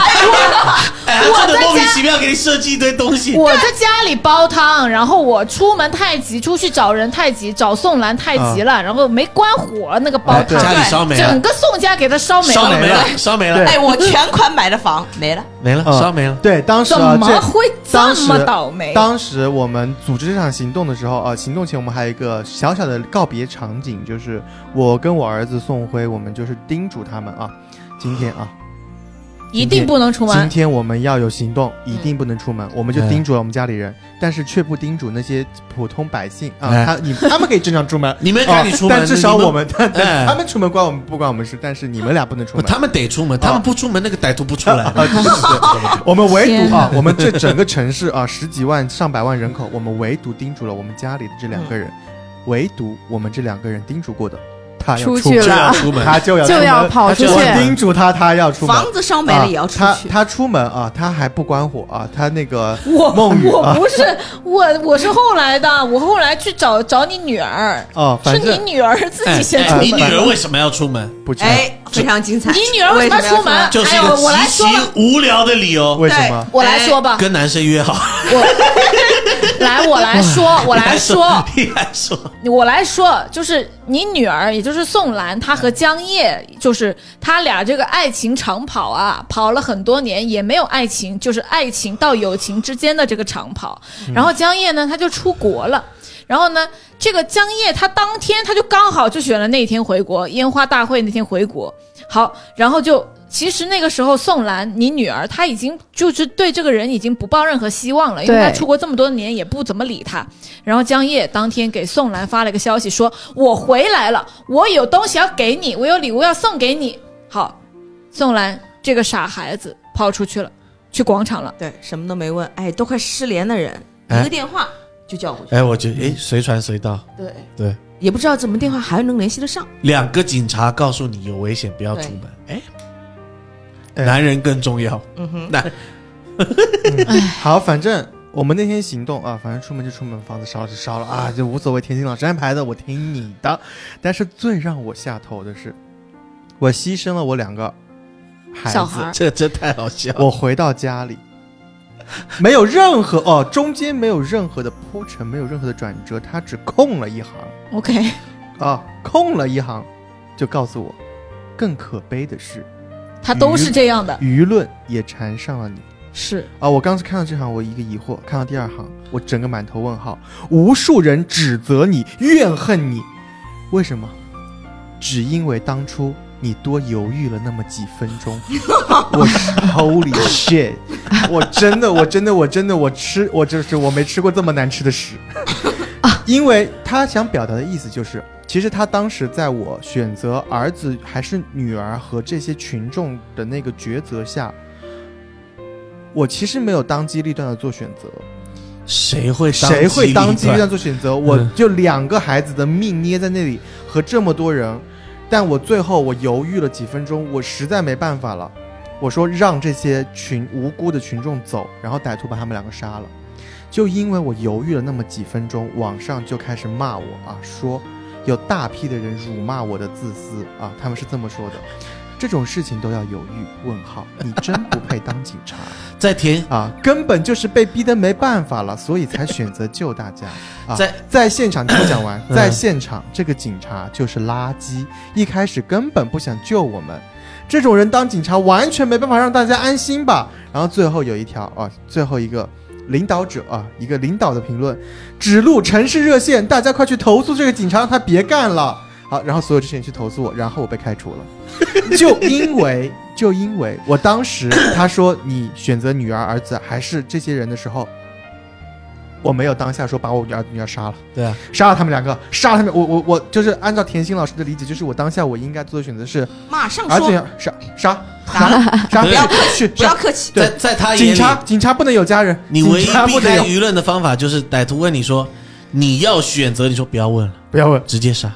G: 哎，
D: 我
G: 他真的
D: 在
G: 莫名
D: 家
G: 其妙给你设计一堆东西。
D: 我在家里煲汤，然后我出门太急，出去找人太急，找宋兰太急
G: 啊
D: 了，然后没关火那个煲
A: 啊对
D: 汤，
G: 哎家里烧没
D: 整
G: 了，
D: 个宋家给他烧没
G: 烧
D: 了，
G: 没了，烧没了，
A: 对
H: 哎，我全款买 的房没了，
G: 没了，
A: 嗯
G: 烧没了。
A: 对，当时
D: 怎
A: 啊，
D: 么
A: 这
D: 会
A: 当
D: 这
A: 时
D: 么倒霉？
A: 当时我们组织这场行动的时候，啊，行动前我们还有一个小小的告别场景，就是我跟我儿子宋辉，我们就是叮嘱他们啊，今天啊，
D: 一定不嗯能出
A: 今
D: 门。
A: 天我们要有行动，一定不能出门。我们
G: 哎
A: 就叮嘱了我们家里人，但是却不叮嘱那些普通百姓啊，
G: 哎，
A: 他你他们可以正常出门
G: 你们赶紧出
A: 哦
G: 门，
A: 但至少
G: 你
A: 我们，但
G: 哎
A: 但他们出门关我们不关我们事，但是你们俩不能出
G: 不
A: 门。
G: 哦
A: 呃
G: 他们得出门，他们不出门，那个歹徒不出来
A: 哦
G: 的。
A: 我们唯
D: 天
A: 独
D: 哪
A: 啊，我们这整个城市啊，十几万、上百万人口，我们唯独叮嘱了我们家里的这两个人，嗯唯独我们这两个人叮嘱过的，他要
F: 出
A: 出
F: 去
A: 门
G: 就
F: 了
G: 要，出门，
A: 他就要
F: 就
A: 出门
F: 要跑
A: 他就
F: 出去
A: 我叮嘱他，他要出门。
H: 房子烧没了也要出
A: 啊
H: 去。
A: 他他出门啊，他还不关火啊，他那个
D: 我
A: 梦雨
D: 我
A: 啊
D: 不是我我是后来的，我后来去找找你女儿，
A: 哦，
D: 是
A: 反
D: 你
A: 正
D: 女儿自己先出
G: 哎，你女
D: 门。
G: 儿为什么要出门？
A: 不知道
H: 哎，非常精彩。
D: 你女儿为
H: 为
D: 什
H: 什
D: 么
H: 么
D: 要出
G: 就
D: 门？
H: 要
G: 是一
D: 哎
G: 个
D: 呦，我来
G: 极其
D: 说吧，
G: 无聊的理由。
A: 为什么哎
D: 我来说吧，
G: 跟男生约好，
D: 来我来说，我来说，
G: 你来说，
D: 我来说，就是你女儿，也就是宋兰，她和江夜，就是他俩这个爱情长跑啊，跑了很多年也没有爱情，就是爱情到友情之间的这个长跑。然后江夜呢，他就出国了。然后呢，这个江夜他当天他就刚好就选了那一天回国，烟花大会那天回国。好，然后就其实那个时候宋兰，你女儿她已经就是对这个人已经不抱任何希望了，因为
F: 对
D: 她出国这么多年也不怎么理他。然后江夜当天给宋兰发了个消息说，我回来了，我有东西要给你，我有礼物要送给你。好，宋兰这个傻孩子跑出去了，去广场了。
H: 对，什么都没问，哎，都快失联的人，
G: 哎
H: 一个电话就叫过去，
G: 哎，我觉得哎，随传随到。
H: 对
G: 对，
H: 也不知道怎么电话还能联系得上。
G: 两个警察告诉你有危险，不要出门。哎，男人更重要。
H: 嗯哼，
G: 男
A: 好，反正我们那天行动啊，反正出门就出门，房子烧了就烧了啊，就无所谓。田心老师安排的，我听你的。但是最让我下头的是，我牺牲了我两个孩
D: 小
A: 子
D: 孩，儿
G: 这真太好笑了。
A: 我回到家里，没有任何哦，中间没有任何的铺陈，没有任何的转折，他只空了一行。
D: ，OK，
A: 啊，空了一行，就告诉我，更可悲的是，
D: 他都是这样的，
A: 舆论也缠上了你
D: 是
A: 啊！我刚是看到这行，我一个疑惑；看到第二行，我整个满头问号。无数人指责你，怨恨你，为什么？只因为当初你多犹豫了那么几分钟。我是 Holy shit！我真的，我真的，我真的，我吃，我就是我没吃过这么难吃的屎。因为他想表达的意思就是，其实他当时在我选择儿子还是女儿和这些群众的那个抉择下，我其实没有当机立断的做选择。
G: 谁会当
A: 谁会当
G: 机
A: 机
G: 立
A: 立
G: 断
A: 断嗯做选择？我就两个孩子的命捏在那里，和这么多人，但我最后我犹豫了几分钟，我实在没办法了，我说让这些群无辜的群众走，然后歹徒把他们两个杀了。就因为我犹豫了那么几分钟，网上就开始骂我啊，说有大批的人辱骂我的自私啊，他们是这么说的。这种事情都要犹豫？问号，你真不配当警察。
G: 在田
A: 啊，根本就是被逼得没办法了，所以才选择救大家。啊、
G: 在
A: 在现场听我讲完，
G: 嗯
A: 在现场这个警察就是垃圾，一开始根本不想救我们。这种人当警察完全没办法让大家安心吧？然后最后有一条啊，最后一个领导者啊，一个领导的评论，指路城市热线，大家快去投诉这个警察，让他别干了。好，然后所有这些人去投诉我，然后我被开除了，就因为就因为我当时他说你选择女儿、儿子还是这些人的时候，我没有当下说把我女儿、女儿杀了，
G: 对啊，
A: 杀了他们两个，杀了他们，我我我就是按照甜心老师的理解，就是我当下我应该做的选择是
H: 马上
A: 儿子女
H: 说，
A: 儿杀杀杀杀，
G: 不要
A: 去
H: 不要
A: 杀，
H: 客气。
G: 在
A: 对
G: 在他眼
A: 警
G: 里，
A: 察警察不能有家人，
G: 你唯一
A: 警察
G: 避
A: 不能
G: 开
A: 有，
G: 舆论的方法就是歹徒问你说你要选择，你说不要问了，
A: 不要问。
G: 直接 杀，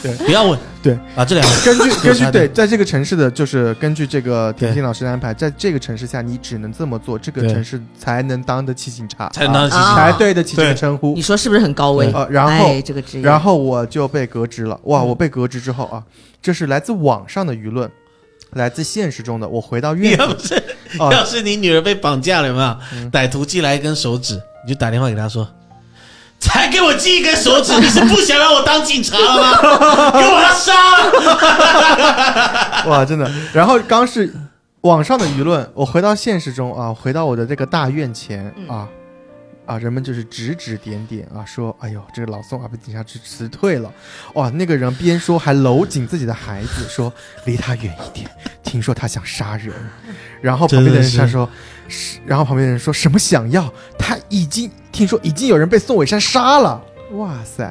A: 对
G: 不要问，
A: 对，
G: 把这两个
A: 根据
G: 有
A: 根
G: 差
A: 据
G: 别
A: 对，在这个城市的就是根据这个田
G: 对
A: 心老师的安排，在这个城市下，你只能这么做，这个
G: 对
A: 城市才能当得起警察，
G: 才能
H: 啊
A: 才对得起这
G: 对
A: 个称呼
H: 你。说是不是很高危？
A: 呃，然后
H: 哎、这个职业，
A: 然后我就被革职了。
G: 嗯
A: 哇，我被革职之后啊，这是来自网上的舆论，来自现实中的。我回到
G: 你
A: 院子
G: 要不是
A: 啊，
G: 要是你女儿被绑架了，有没有？歹徒寄来一根手指，你就打电话给他说：“才给我寄一根手指，你是不想让我当警察了 吗？给我他杀了
A: 哇，真的。然后刚是网上的舆论，我回到现实中啊，回到我的这个大院前啊，啊，人们就是指指点点啊，说哎呦，这个老宋啊被警察局辞退了，哇，那个人边说还搂紧自己的孩子，说离他远一点，听说他想杀人，然后旁边的人
G: 真的是
A: 他说，是然后旁边的人说什么想要，他已经听说已经有人被宋伟山杀了，哇塞，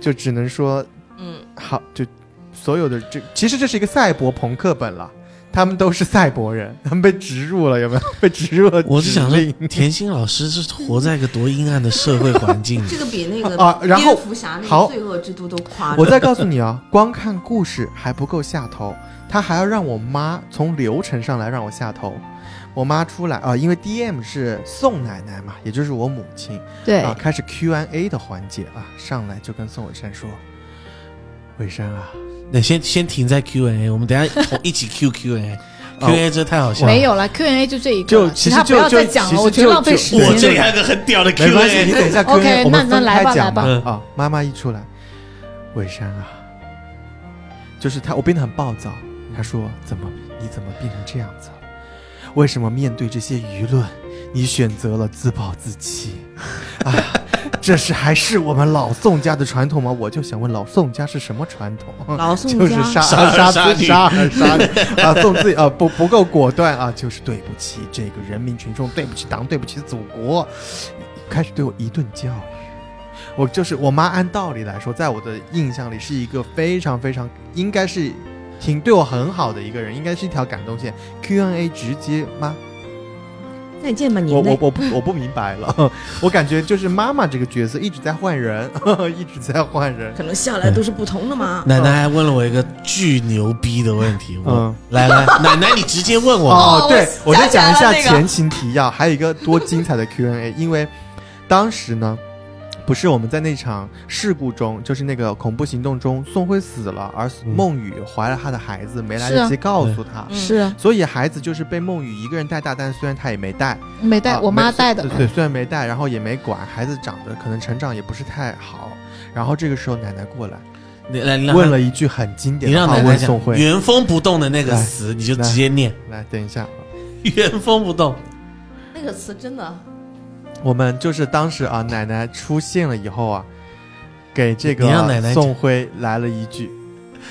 A: 就只能说
H: 嗯，
A: 好，就所有的这其实这是一个赛博朋克本了。他们都是赛博人， 他们被植入了，有没 有？被植入了指令。
G: 我是 想说，田心老师是活在一个多阴暗的社会环境里
K: 这。个比那个
A: 啊然后
K: 蝙蝠侠那
A: 好
K: 个罪恶之都都夸张。
A: 我再告诉你啊，光看故事还不够下头，他还要让我妈从流程上来让我下头。我妈出来啊，因为 DM 是宋奶奶嘛，也就是我母亲
F: 对
A: 啊，开始 Q&A 的环节啊，上来就跟宋伟山说：“伟山啊，
G: 那先先停在 Q&A，我们等一下同一起 Q Q&A。Q&A 这太好笑了，
D: 没有了，Q&A 就这一
A: 就
D: 个，
A: 其
D: 其
A: 实
D: 他不
A: 就
D: 要
A: 就
D: 再
A: 其
D: 讲
A: 实
D: 了，我觉
A: 就
D: 得浪费
A: 就
D: 时间了。
G: 我这里还有个很屌的
A: 没关系，
G: Q&A，
A: 你等一下 Q&A，、
D: OK，那
A: 我们分
D: 那来
A: 开
D: 吧
A: 讲吧。
G: 来
A: 啊，妈妈一出来，伟山啊，就是他，我变得很暴躁。他说：“怎么，你怎么变成这样子了？为什么面对这些舆论，你选择了自暴自弃？啊，这是还是我们老宋家的传统吗？我就想问，老宋家是什么传统？
H: 老宋
A: 就是
H: 家
A: 杀
G: 杀
A: 杀
G: 杀
A: 自
G: 你
A: 杀杀你啊，送自己啊不不够果断啊，就是对不起这个人民群众，对不起党，对不起祖国，开始对我一顿教育。我就是我妈，按道理来说，在我的印象里是一个非常非常应该是挺对我很好的一个人，应该是一条感动线。Q&A 直接妈，
K: 再见吧，
A: 我
K: 您
A: 我
K: 那
A: 我不我不明白了， 我感觉就是妈妈这个角色一直在换人， 一直在换人。
K: 可能下来都是不同的嘛。
G: 奶奶还问了我一个巨牛逼的问题，我
A: 嗯
G: 来来，奶奶你直接问我，
A: 哦，对，我再讲一下
H: 想起来了那个
A: 前情提要，还有一个多精彩的 Q&A，因 为当时呢。不是我们在那场事故中，就是那个恐怖行动中，宋辉死了，而
G: 嗯
A: 孟雨怀了他的孩子，没来
D: 是
A: 得
D: 啊
A: 及告诉他，
H: 嗯
D: 是
A: 所以孩子就是被孟雨一个人带大，但虽然他也没带，
D: 没带，
A: 啊
D: 我妈
A: 没
D: 带的。
A: 对对，虽然没带，然后也没管，孩子长得可能成长也不是太好，然后这个时候奶奶过来
G: 你来你让
A: 问了一句很经典
G: 你
A: 的
G: 让
A: 话，
G: 奶奶
A: 问
G: 讲
A: 宋辉，
G: 原封不动的那个
A: 来
G: 词，你就直接念
A: 来等一下，
G: 原封不动。
K: 那个词真的，
A: 我们就是当时啊，奶奶出现了以后啊，给这个
G: 你让奶奶
A: 宋辉来了一句，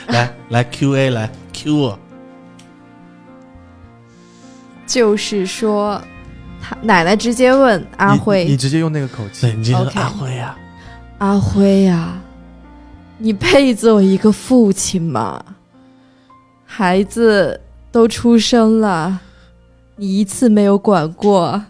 G: 来来 Q A 来 Q 我，
F: 就是说，他奶奶直接问阿
A: 你你你
F: 辉
A: 直接用那个口
G: 对，
A: 气，
G: 你就说
F: OK
G: 阿辉啊，：“
F: 阿辉呀、你配做一个父亲吗？孩子都出生了，你一次没有管过，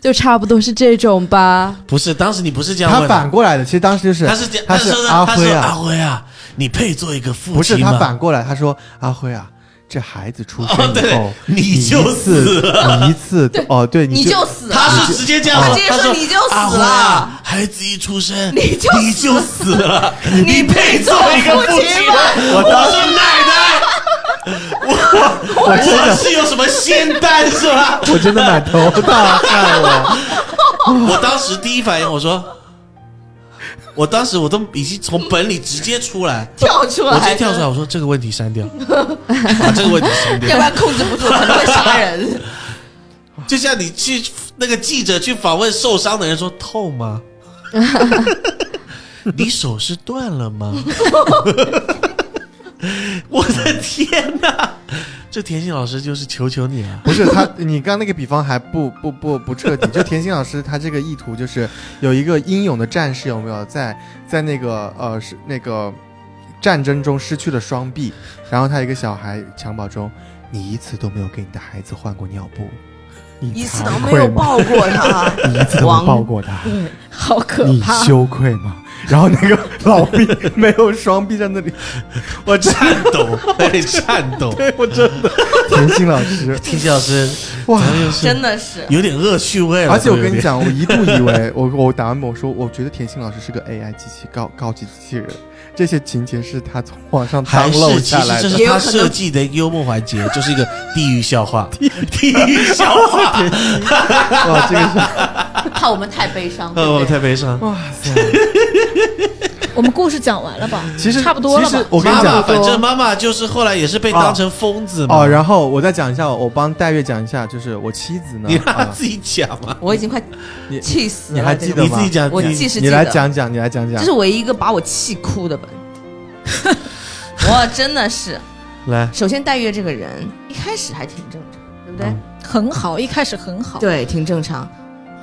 F: 就差不多是这种吧。
G: 不是，当时你不是这样
A: 他
G: 问的，
A: 反过来的，其实当时就是
G: 他是这样，
A: 他
G: 他
A: 是
G: 说
A: 阿
G: 他
A: 辉
G: 说
A: 啊
G: 阿辉啊，你配做一个父
A: 不是
G: 亲
A: 他
G: 吗？
A: 反过来，他说阿辉啊，这孩子出生
G: 哦对
A: 以后，
G: 你就
A: 一
G: 死
A: 次你一次都哦对，
H: 你
A: 就
H: 就死了，
G: 他是直接这样
H: 他
G: 问，
H: 直接
G: 他
H: 说你就死
G: 阿辉
H: 了，
G: 啊，孩子一出生
H: 你就
G: 你就死 了，你配做一个父亲吗？我说奶奶。我我是有什么仙丹是吧？
A: 我真的满头大汗了，
G: 我当时第一反应，我说，我当时我都已经从本里直接出来，
H: 跳出
G: 我直接
H: 来，
G: 跳出来，我说这个问题删掉，把这个问题删
H: 要不
G: 掉。
H: 然控制不住可能会 杀人。
G: 就像你去那个记者去访问受伤的人说痛吗？你手是断了吗？ 我的天哪！这田心老师就是求求你了、
A: 不是他，你刚那个比方还不不不不彻底，就田心老师他这个意图就是有一个英勇的战士有没有在在那个呃是那个战争中失去了双臂，然后他有一个小孩襁褓中，你一次都没有给你的孩子换过尿布，你
H: 一次
A: 惭
H: 都没
A: 愧
H: 有
A: 吗？
H: 抱过他，
A: 你 一次都没
H: 王
A: 抱过他，
D: 好可
A: 你
D: 怕！
A: 羞愧吗？然后那个老 毕没有双臂在那里，
G: 我颤抖，我得颤抖。
A: 我真的，田心老师，
G: 田心老师，
A: 哇，
G: 咱又是
H: 真的是
G: 有点恶趣味了。
A: 而且我
G: 都有
A: 跟你
G: 点
A: 讲，我一度以 为我我打完我说，我觉得田心老师是个 AI 机器高高级机器人，这些情节是他从网上
G: 还
A: 当漏
G: 是其
A: 下
G: 实
A: 来
G: 这
A: 的。
G: 是他设计的一个幽默环节，就是一个地狱笑话，地狱笑话，
A: 哇，这个是
H: 怕我们太悲伤，对
G: 哦，
H: 不对？
G: 太悲伤。
A: 哇塞！
D: 我们故事讲完了吧？
A: 其实
D: 差不多了
A: 其实
D: 吧？
A: 我跟你
G: 妈妈，
A: 讲
G: 反正妈妈就是后来也是被当成疯子嘛。
A: 哦，然后我再讲一下，我帮戴月讲一下，就是我妻子呢
G: 你，让她
A: 啊
G: 自己讲嘛，
H: 我已经快
A: 你
H: 气死 了。
A: 你还
H: 这
A: 记
H: 个
A: 得
G: 你
A: 吗
G: 自己讲，
H: 我
G: 你
H: 记是记
A: 你来
H: 得，
A: 讲讲，你来讲讲
H: 这是，唯一一个把我气 哭的本。我真的是，
G: 来，
H: 首先戴月这个人一开始还挺正常，对不对？
A: 嗯
D: 很好，一开始很好。
H: 对，挺正常，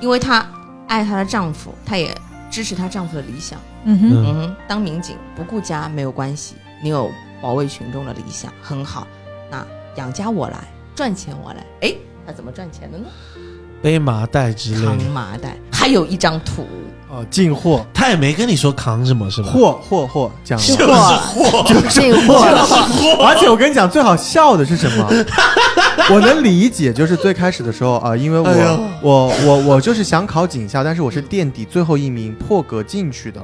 H: 因为她爱她的丈夫，她也支持她丈夫的理想。
D: 嗯哼，
H: 嗯哼，当民警不顾家没有关系，你有保卫群众的理想很好，那养家我来，赚钱我来。哎，她怎么赚钱的呢？
G: 背麻袋之类
H: 扛
G: 的，
H: 麻袋，还有一张图。
A: 哦，进货，
G: 他也没跟你说扛什么是吧？
A: 货货货，讲
H: 是
A: 了，
H: 货，这个货，
A: 而且我跟你讲，最好笑的是什 么？我能理解，就是最开始的时候啊、因为我、
G: 哎呦
A: 我我我就是想考警校，但是我是垫底最后一名破格进去的，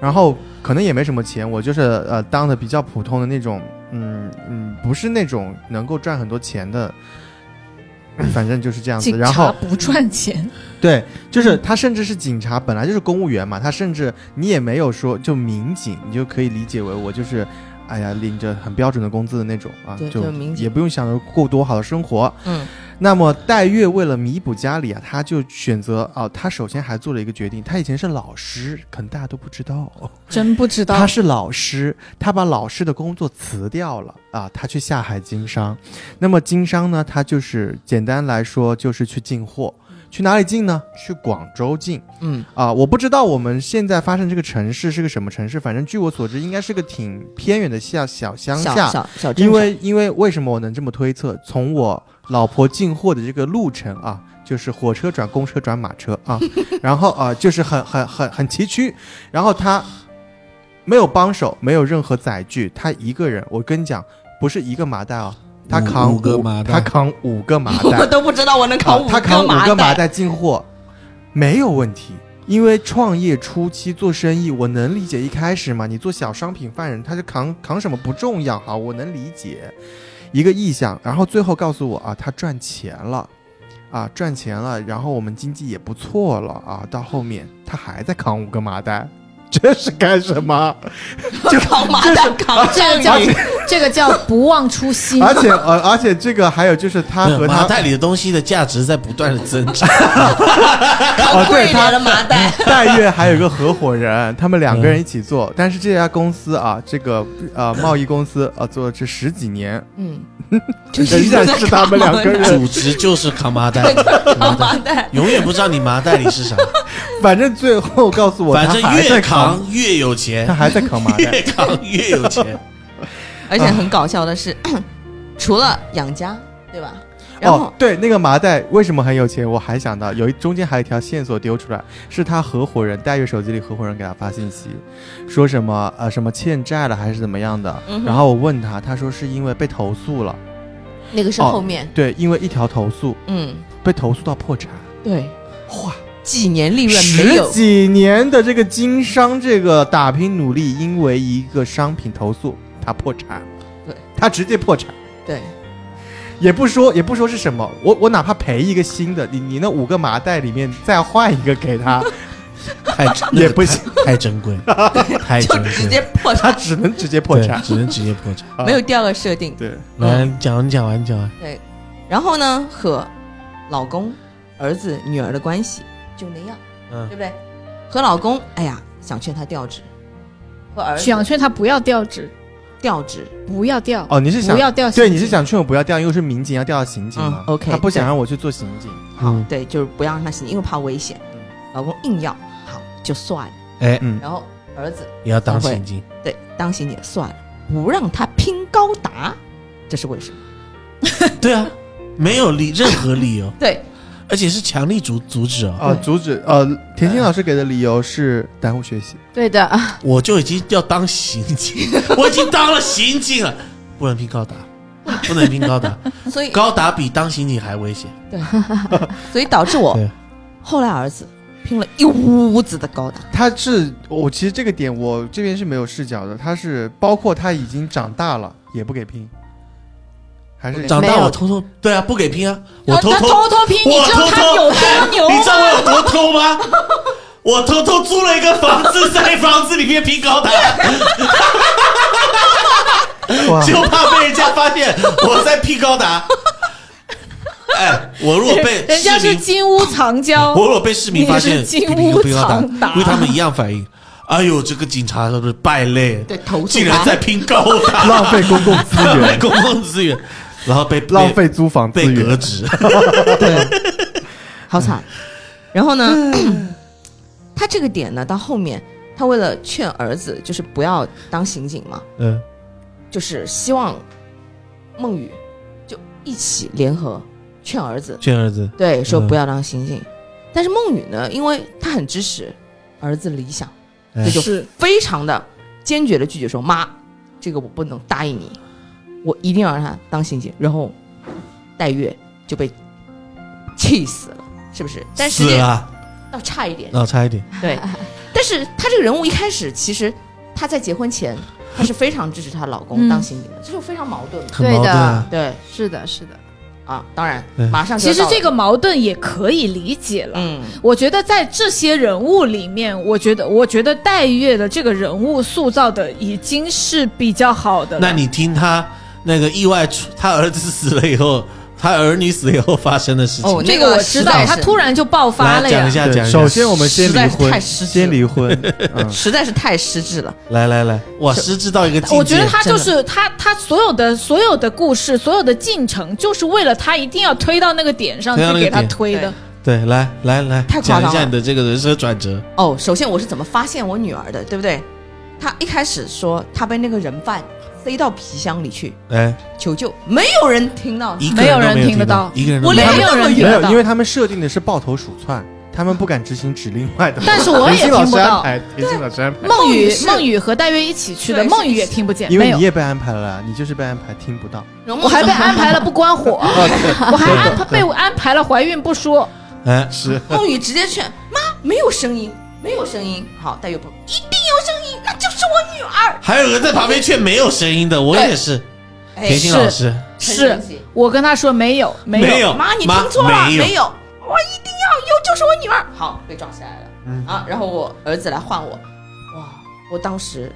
A: 然后可能也没什么钱，我就是呃当的比较普通的那种，嗯嗯，不是那种能够赚很多钱的，反正就是这样子。
D: 警
A: 然
D: 察
A: 后
D: 不赚钱，
A: 对，就是他甚至是警察，本来就是公务员嘛，他甚至你也没有说就民警，你就可以理解为我就是，哎呀，领着很标准的工资的那种啊
H: 对，
A: 就
H: 就是民警
A: 也不用想着过多好的生活。
H: 嗯，
A: 那么戴月为了弥补家里啊，他就选择啊，他首先还做了一个决定，他以前是老师，可能大家都不知道，
D: 真不知
A: 他
D: 道。
A: 是老师，他把老师的工作辞掉了啊，他去下海经商。那么经商呢，他就是简单来说就是去进货，去哪里进呢？去广州进
H: 嗯，
A: 啊！我不知道我们现在发生这个城市是个什么城市，反正据我所知，应该是个挺偏远的下小乡
H: 小
A: 下。
H: 小小镇
A: 因为因为为什么我能这么推测？从我老婆进货的这个路程啊，就是火车转公车转马车啊，然后啊、就是很很很很崎岖，然后她没有帮手，没有任何载具，她一个人。我跟你讲，不是一个麻袋哦，她
G: 五
A: 扛
G: 五个麻袋
A: 她扛五个麻袋，
H: 我都不知道我能扛
A: 啊
H: 五
A: 他扛五
H: 个
A: 个麻
H: 袋，
A: 袋进货，没有问题。因为创业初期做生意，我能理解一开始嘛，你做小商品贩人，他就扛扛什么不重要，好，我能理解一个意向。然后最后告诉我啊，他赚钱了，啊，赚钱了，然后我们经济也不错了啊。到后面他还在扛五个麻袋， 这是干什么？
H: 嗯
A: 就
H: 扛麻袋 扛
D: 这个叫这个叫不忘初心。
A: 而且呃，而且这个还有就是他
G: 没有
A: 和
G: 麻
A: 他
G: 袋里的东西的价值在不断的增 长。
A: 哦
H: 扛贵一点的麻袋，
A: 戴月还有一个合伙人，他们两个人一起做，但是这家公司啊，这个呃贸易公司啊，做了这十几年，
H: 嗯，
A: 仍然 是他们两个人，
G: 主职就是扛麻 袋，
H: 扛麻袋，
G: 永远不知道你麻袋里是啥，
A: 反正最后告诉我，
G: 反正
A: 他还
G: 越
A: 在扛，
G: 扛越有钱
A: 他，还在扛麻袋
G: 越扛越有钱。
A: 啊
H: 而且很搞笑的是， 除了养家，对吧？然后
A: 哦，对，那个麻袋为什么很有钱？我还想到有一中间还有一条线索丢出来，是他合伙人戴月手机里合伙人给他发信息，说什么呃什么欠债了还是怎么样的，
H: 嗯哼
A: 然后我问他，他说是因为被投诉了，
H: 那个是
A: 哦
H: 后面，
A: 对，因为一条投诉
H: 嗯，
A: 被投诉到破产，
H: 对，
A: 哇。
H: 几年利润没
A: 十
H: 有，
A: 几年的这个经商这个打拼努力，因为一个商品投诉，他破产，
H: 对，
A: 他直接破产，
H: 对，
A: 也不说也不说是什么，我我哪怕赔一个新的，你你那五个麻袋里面再换一个给 他，
G: 太珍
A: 也不行，
G: 那个太太珍 贵，太
H: 就
G: 珍
H: 直
G: 贵，
H: 接破
A: 他
H: 产，
A: 只能直接破
G: 对
A: 产，嗯
G: 只能直接破产。
A: 啊
H: 没有第二个设定。
A: 对，
G: 来，你讲完，你讲完，你讲完。
H: 然后呢，和老公、儿子、女儿的关系就那样，
G: 嗯
H: 对不对？和老公，哎呀，想劝他调职，和儿子
D: 想劝他不要调职，
H: 调职，
D: 不要调，
A: 哦，你是想
D: 不要调。
A: 对你是想劝我不要调，因为是民警要调到刑警嘛、
H: 嗯，OK，
A: 他不想
H: 对
A: 让我去做刑警，
H: 好
G: 嗯，
H: 对，就是不要让他行，因为怕危险。老公硬要，好就算了。
G: 哎，
A: 嗯，
H: 嗯然后儿子
G: 也要当刑警，
H: 对当刑警算了，不让他拼高达，这是为什么？
G: 对啊，没有理任何理由，
H: 对，
G: 而且是强力阻阻止哦。
A: 啊，阻止呃，田心老师给的理由是耽误学习，
F: 对的，
G: 我就已经要当刑警，我已经当了刑警了，不能拼高达，不能拼高达，
H: 所以
G: 高达比当刑警还危险。
H: 所以导致我
G: 对
H: 后来儿子拼了一屋子的高达，
A: 他是我其实这个点我这边是没有视角的，他是包括他已经长大了也不给拼，还是
G: 长
F: 没
G: 大
F: 有
G: 我偷偷对啊，不给拼啊，我
D: 他
G: 偷
D: 他偷偷拼，你
G: 我
D: 知道
G: 偷
D: 他
G: 偷
D: 有多 牛
G: 你
D: 吗
G: 知道我有多偷吗？我偷偷租了一个房子，在房子里面拼高达，
L: 哇，
G: 就怕被人家发现我在拼高达。哎，我如果被
D: 人家
G: 市
D: 是
G: 民
D: 金屋藏娇，
G: 我如果被市民发现
D: 你是金
G: 比比
D: 屋
G: 比高达
D: 藏达
G: 因为他们一样反应。哎呦，这个警察是不是败类？
H: 对投诉
G: 竟然
H: 他
G: 在拼高达，
L: 浪费公共资
G: 浪 费
L: 源，
G: 公共资源，然后被被
L: 浪费租房资
G: 被革
L: 源。
G: 职。
H: 对，好惨。然后呢， 他这个点呢，到后面他为了劝儿子，就是不要当刑警嘛，
G: 嗯，
H: 就是希望孟雨就一起联合劝儿子，
G: 劝儿子，
H: 对，说
G: 嗯
H: 不要当刑警。但是孟雨呢，因为她很支持儿子理想，
G: 哎
H: 所以就非常的坚决的拒绝说：“妈，这个我不能答应你，我一定要让他当刑警。”然后戴月就被气死了，是不是？但是
G: 死了，
H: 要差一点，
G: 啊那我差一点。
H: 对。但是她这个人物一开始其实她在结婚前，她是非常支持她老公
D: 嗯
H: 当刑警的，这就非常矛盾嘛。
G: 很矛盾啊
H: 对
F: 是的，是的，
H: 啊，当然
G: 对
H: 马上就
D: 其
H: 要
D: 实
H: 到
D: 这
H: 了
D: 个矛盾也可以理解了。
H: 嗯。
D: 我觉得在这些人物里面，我觉得我觉得戴月的这个人物塑造的已经是比较好的 了。
G: 那你听他那个意外出，他儿子死了以后，他儿女死了以后发生的事情。
H: 哦，
D: 这
H: 那
D: 个
H: 个
D: 我知道，
H: 实在
D: 他
H: 是
D: 突然就爆发了
G: 来讲一
D: 呀。
G: 下，讲一下。
L: 首先，我们先
H: 实
L: 离
H: 在是太
L: 婚，
H: 失职
L: 先
H: 了
L: 离婚。嗯，
H: 实在是太失智了。
G: 来来来，哇，失智到一个境界。
D: 我觉得他
H: 真
D: 就
H: 的
D: 是他，他所有的所有的故事，所有的进程，就是为了他一定要推到那个点上
G: 推到
D: 去
G: 那个
D: 给他
G: 点
D: 推的。
G: 对，来来来
H: 太，夸
G: 讲
H: 张
G: 一
H: 了
G: 下你的这个人生转折。
H: 哦，首先我是怎么发现我女儿的，对不对？她一开始说她被那个人贩塞到皮箱里去
G: 哎，
H: 求救，没有人听到。
G: 一个
D: 没有
G: 人都
D: 人
G: 没有
D: 听得
G: 到
D: 到，
G: 一个人都
H: 我
G: 没
H: 连
G: 有
D: 没
G: 听
D: 有人
L: 没
D: 听
L: 有
D: 得，
L: 因
D: 到，
L: 为他们设定的是抱头鼠窜，他们不敢执行指令外的。
D: 但是我也
L: 田心老
D: 听不
L: 师安
D: 到。
L: 排，田心老师安排，
D: 孟
H: 孟
D: 雨
H: 雨是
D: 孟雨和戴月一起去的，
H: 对
D: 孟雨也听不见，
L: 因
D: 没
L: 为
D: 有
L: 你。也被安排了，你就是被安排听不 到。
H: 容
D: 我
H: 嬷
D: 还被安排了不 关火，我还安排被我安排了怀孕不说，
G: 哎，是
H: 梦雨直接劝妈没有声音，没有声音。好，戴月不一定有声音，那就是我女儿。
G: 还有人在旁边却没有声音的，我也是。
H: 哎
G: 田心老师
H: 很
D: 是
H: 神奇
D: 我跟他说没有没
G: 没有
H: 妈，你
G: 妈
H: 听错了，
G: 没
H: 没
G: 有
H: 我一定要有，就是我女儿。好，被撞下来了、
G: 嗯
H: 啊！然后我儿子来换我，哇！我当时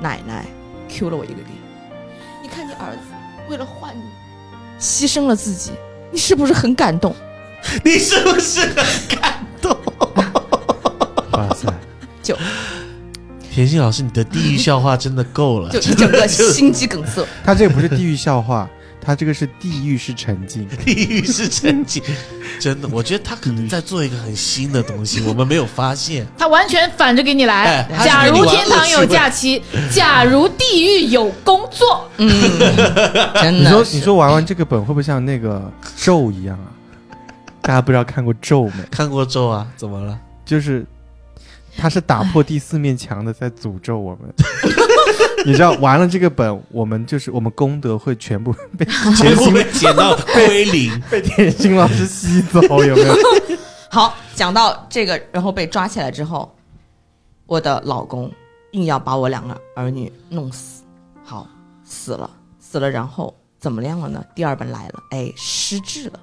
H: 奶奶 Q 了我一个脸，你看你儿子为了换你，牺牲了自己，你是不是很 感动？
G: 你是不是很感动？
L: 哇塞，
G: 田心老师，你的地狱笑话真的够了，
H: 就一
G: 真
H: 整
G: 的
H: 个
G: 就是
H: 心肌梗 塞。
L: 他这个不是地狱笑话，他这个是地狱式沉浸。
G: 地狱是沉浸，真的，我觉得他可能在做一个很新的东西，我们没有发现。
D: 他完全反着给你来
G: 哎。
D: 假
G: 他是给你
D: 如
G: 玩
D: 天堂有假期，假如地狱有工 作，
G: 哎
H: 嗯，真
L: 你说
H: 的
L: 你
H: 是。
L: 说玩玩这个本会不会像那个咒一样啊？大家不知道看过咒没？
G: 看过咒啊？怎么了？
L: 就是他是打破第四面墙的，在诅咒我 们。你知道完了这个本，我们就是我们功德会全部被
G: 结果 被捡到归 零，
L: 被田心老师吸走，有 没有？
H: 好，讲到这个，然后被抓起来之后，我的老公硬要把我两个儿女弄死，好，死了，死了，然后怎么样了呢？第二本来了，哎，失智了，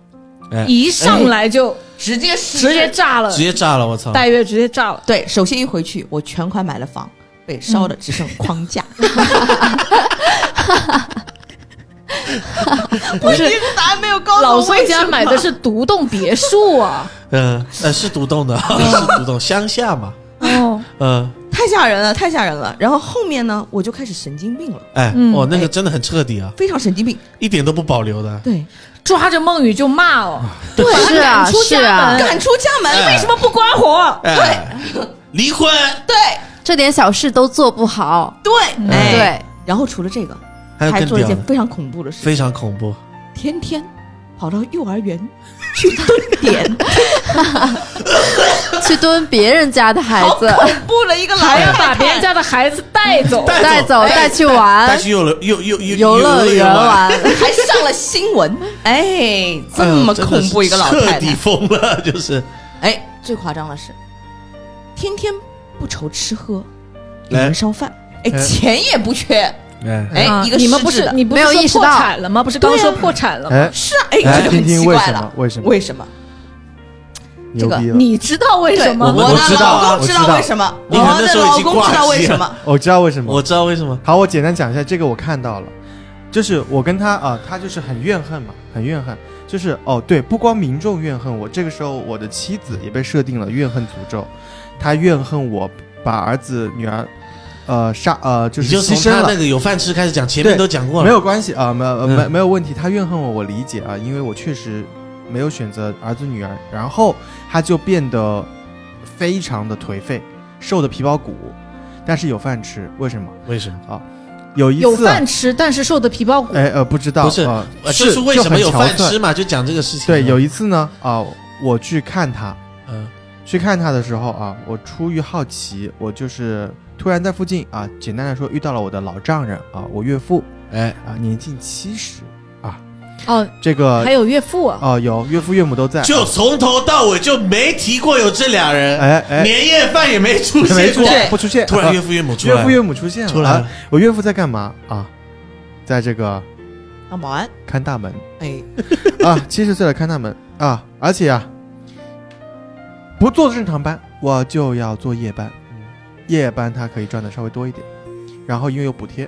G: 哎
D: 一上来就
H: 直接失智
D: 直接炸了
G: 直，接炸了！我操！
D: 戴月直接炸了。
H: 对，首先一回去，我全款买了房，被烧的只剩框 架，
D: 不是
H: 答案没有告
D: 老宋家买的是独栋别墅 啊，
G: 嗯，呃，是独栋的， 是独栋，乡下嘛。
D: 哦，
G: 嗯，
H: 太吓人了，太吓人了。然后后面呢，我就开始神经病了，
G: 哎，
D: 嗯
G: 哦，那个真的很彻底啊，
H: 非常神经病，
G: 一点都不保留的。
H: 对，
D: 抓着孟雨就骂哦，
H: 对
D: 把他
F: 是啊
D: 赶出
F: 是
D: 家
F: 啊
D: 门，
H: 赶出家门，
G: 哎
H: 为
D: 为
H: 什
D: 什
H: 么？
D: 么不关火？
G: 哎，离婚，
H: 对
F: 这点小事都做不好。
H: 对，哎
F: 对，
H: 然后除了这个，
G: 还有
H: 还
G: 更
H: 做了一
G: 屌
H: 件
G: 的，
H: 非常恐怖的事，
G: 非常恐怖。
H: 天天跑到幼儿 园去蹲点，
F: 去蹲别人家的孩
H: 好
F: 子，
H: 恐怖的一个老
D: 还要
H: 太
D: 把
H: 太
D: 别人家的孩子带走，
F: 带走带去
G: 哎带
F: 玩
G: 去游乐游游游
F: 游乐园
G: 玩，
F: 玩，
H: 还上了新闻，哎，这
G: 哎呦
H: 么
G: 真的
H: 恐怖
G: 是
H: 一个老太
G: 彻底
H: 太，
G: 疯了，就是
H: 哎，最夸张的是，天天不愁吃喝，有
G: 来
H: 人烧饭，哎，
L: 哎
H: 钱也不缺，
L: 哎
H: 哎
D: 啊，
H: 一个
D: 你们
H: 失
D: 不
H: 智
D: 是
H: 的
D: 你不
F: 没
D: 是
F: 有
D: 说
F: 意识
D: 破
F: 到
D: 产了吗？不是刚
H: 对啊
D: 说破产了吗？
L: 哎，
H: 是啊，哎，
L: 来
H: 这就
L: 听
H: 很
L: 听
H: 奇
L: 为
H: 怪
L: 什
H: 了
L: 么，？为什么？
H: 为什么？
A: 牛逼了！
D: 你知道为什
L: 我
D: 么
L: 们
D: 吗？
L: 我
M: 的
L: 知道
M: 老公知
L: 我知道
M: 为什么，
G: 你
M: 我
G: 可能
M: 的
G: 那时候
M: 老
G: 已经
M: 公知
G: 挂
M: 道为
G: 机
M: 什
G: 了
M: 么，
A: 我知道为什么。
G: 我知道为什么，
A: 好，我简单讲一下这个我看到了，就是我跟他啊、他就是很怨恨嘛，很怨恨，就是哦对，不光民众怨恨我，这个时候我的妻子也被设定了怨恨诅咒，她怨恨我把儿子女儿，呃杀呃就
G: 你
A: 是
G: 就从
A: 牺牲
G: 他
A: 了
G: 那。个有饭吃开始讲，前面
A: 对
G: 都讲过了，
A: 没有关系啊，没有呃没
G: 嗯
A: 没有问题。他怨恨我，我理解啊，因为我确实没有选择儿子女儿，然后他就变得非常的颓废，瘦的皮包骨，但是有饭吃，为什么？
G: 为什么？
A: 有一次啊
D: 有饭吃，但是瘦的皮包骨。
A: 哎呃不知道
G: 不是
A: 呃
G: 呃
A: 是
G: 就是为什么
A: 很
G: 有
A: 憔
G: 饭
A: 悴
G: 吃嘛，就讲这个事情。
A: 对，有一次呢啊、我去看他，
G: 嗯
A: 去看他的时候啊，我出于好奇，我就是突然在附近啊，简单来说遇到了我的老丈人啊，我岳父
G: 哎
A: 啊，年近七十，
D: 哦，
A: 这个
F: 呃
D: 还有岳父啊，
A: 哦、有岳父岳母都在，啊
G: 就从头到尾就没提过有这俩人，
A: 哎哎，
G: 年夜饭也没出
A: 没
G: 现
A: 出
G: 过。
A: 现，不出现，
G: 突然
A: 啊
G: 岳父岳母出来
A: 岳
G: 了，
A: 父岳母出现了，
G: 出来
A: 啊
G: 了，
A: 我岳父在干嘛啊？在这个
H: 当保安，
A: 看大门
H: 哎，
A: 啊，七十岁了看大门啊，而且啊，不做正常班，我就要做夜班，夜班他可以赚的稍微多一点，然后因为有补贴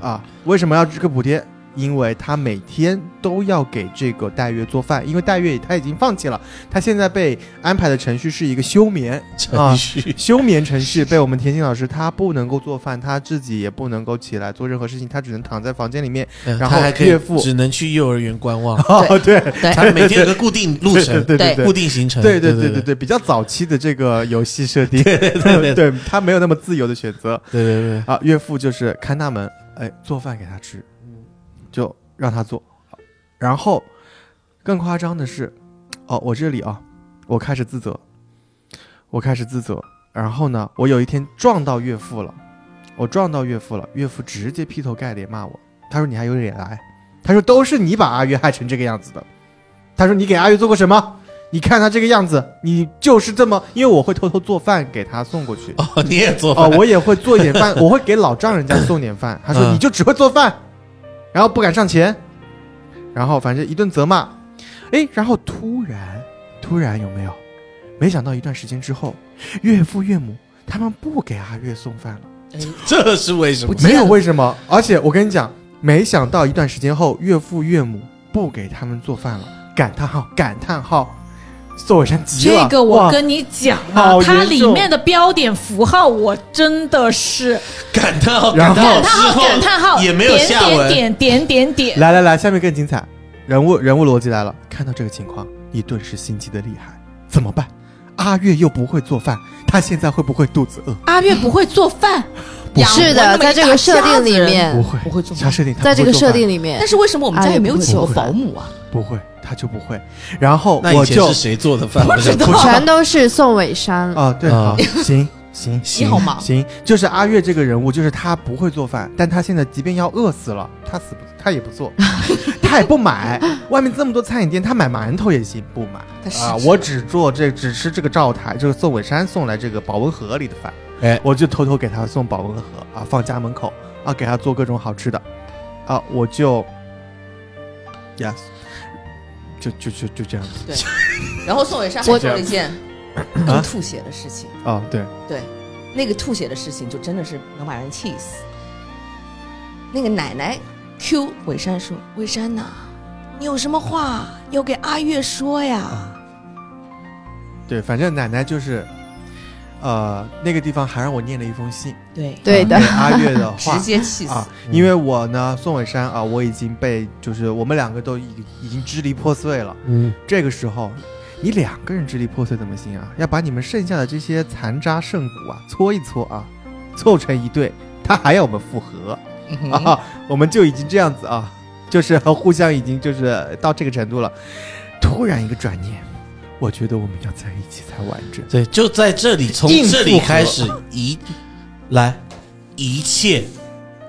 A: 啊，为什么要这个补贴？因为他每天都要给这个戴月做饭，因为戴月他已经放弃了，他现在被安排的程序是一个休眠，
G: 程序
A: 休眠程序被我们田心老师，他不能够做饭，他自己也不能够起来做任何事情，他只能躺在房间里面。
G: 嗯
A: 然后
G: 他还可以
A: 岳父
G: 只能去幼儿园观望，
A: 哦，对，
G: 他每天有个固定路程，
A: 对对
H: 对
G: 固定行程，
A: 对对
G: 对
A: 对对
G: 对
A: 对，比较早期的这个游戏设定，
G: 对对对对
A: 对他没有那么自由的选择
G: 对
A: 啊。岳父就是看大门，哎，做饭给他吃，就让他做。然后更夸张的是，哦，我这里啊，我开始自责，我开始自责。然后呢，我有一天撞到岳父了，我撞到岳父了，岳父直接劈头盖脸骂我，他说你还有脸来，他说都是你把阿月害成这个样子的，他说你给阿月做过什么？你看他这个样子，你就是这么，因为我会偷偷做饭给他送过去，
G: 哦，你也做
A: 哦
G: 饭，，
A: 我也会做一点饭，我会给老丈人家送点饭。他说
G: 嗯
A: 你就只会做饭，然后不敢上前，然后反正一顿责骂。哎，然后突然，突然有没有？没想到一段时间之后，岳父岳母他们不给阿月送饭了，
G: 这是为什么？
A: 没有为什么。而且我跟你讲，没想到一段时间后，岳父岳母不给他们做饭了，感叹号感叹号，宋伟山急了。
D: 这个
A: 哇
D: 我跟你讲啊
A: 好，
D: 它
A: 严
D: 里
A: 重
D: 面的标点符号我真的是
G: 感叹号，
A: 然后
G: 感叹号
D: 感叹
G: 之
D: 号
G: 后
D: 感叹号
G: 也没有
D: 点
G: 下文，
D: 点点点点点，
A: 来来来，下面更精彩，人物人物逻辑来了。看到这个情况，你顿时心急的厉害，怎么办？阿月又不会做饭，她现在会不会肚子饿？
D: 阿月不会做饭，
F: 是的，在这个设定里面，
A: 会，
H: 不会做
A: 她设定她
F: 在这
A: 不
F: 个
A: 会做
F: 设
A: 饭
F: 定里面
H: 但，是为什么我们家
F: 哎
H: 也没有
F: 不会
H: 请过
A: 不会
H: 保姆啊？
A: 不会，她就不会。然后
G: 那
A: 我
G: 以前
A: 就是
G: 谁做的饭？我想
F: 全都是宋伟山。
A: 啊，对，好，
G: 啊
A: 行。行行
H: 嗯好忙
A: 行，就是阿月这个人物，就是她不会做饭，但她现在即便要饿死了，她死不，她也不 做，她也不买。外面这么多餐饮店，她买馒头也行，不买
H: 她失
A: 啊
H: 职！了
A: 我只做这，只吃这个灶台，就是宋伟山送来这个保温盒里的饭，
G: 哎
A: 我就偷偷给她送保温盒啊，放家门口啊，给她做各种好吃的啊，我就，yes，就就就就这样子
H: 然后宋伟山还做了一件更吐血的事情，
A: 啊，对，
H: 那个吐血的事情就真的是能把人气死。那个奶奶 Q 伟山说：“伟山呐、你有什么话要给阿月说呀
A: 对，反正奶奶就是，呃，那个地方还让我念了一封信，？”啊
H: 对，
F: 对的
A: 给，阿月的话
H: 直接气死。
A: 啊，因为我呢，宋伟山啊，我已经被就是我们两个都已已经支离破碎了，
G: 嗯，
A: 这个时候。你两个人支离破碎怎么行啊？要把你们剩下的这些残渣剩骨啊搓一搓啊，凑成一对，他还要我们复合、
H: 嗯哼
A: 啊！我们就已经这样子啊，就是互相已经就是到这个程度了。突然一个转念，我觉得我们要在一起才完整。
G: 对，就在这里，从
A: 硬
G: 这里
A: 复合
G: 开始一来一切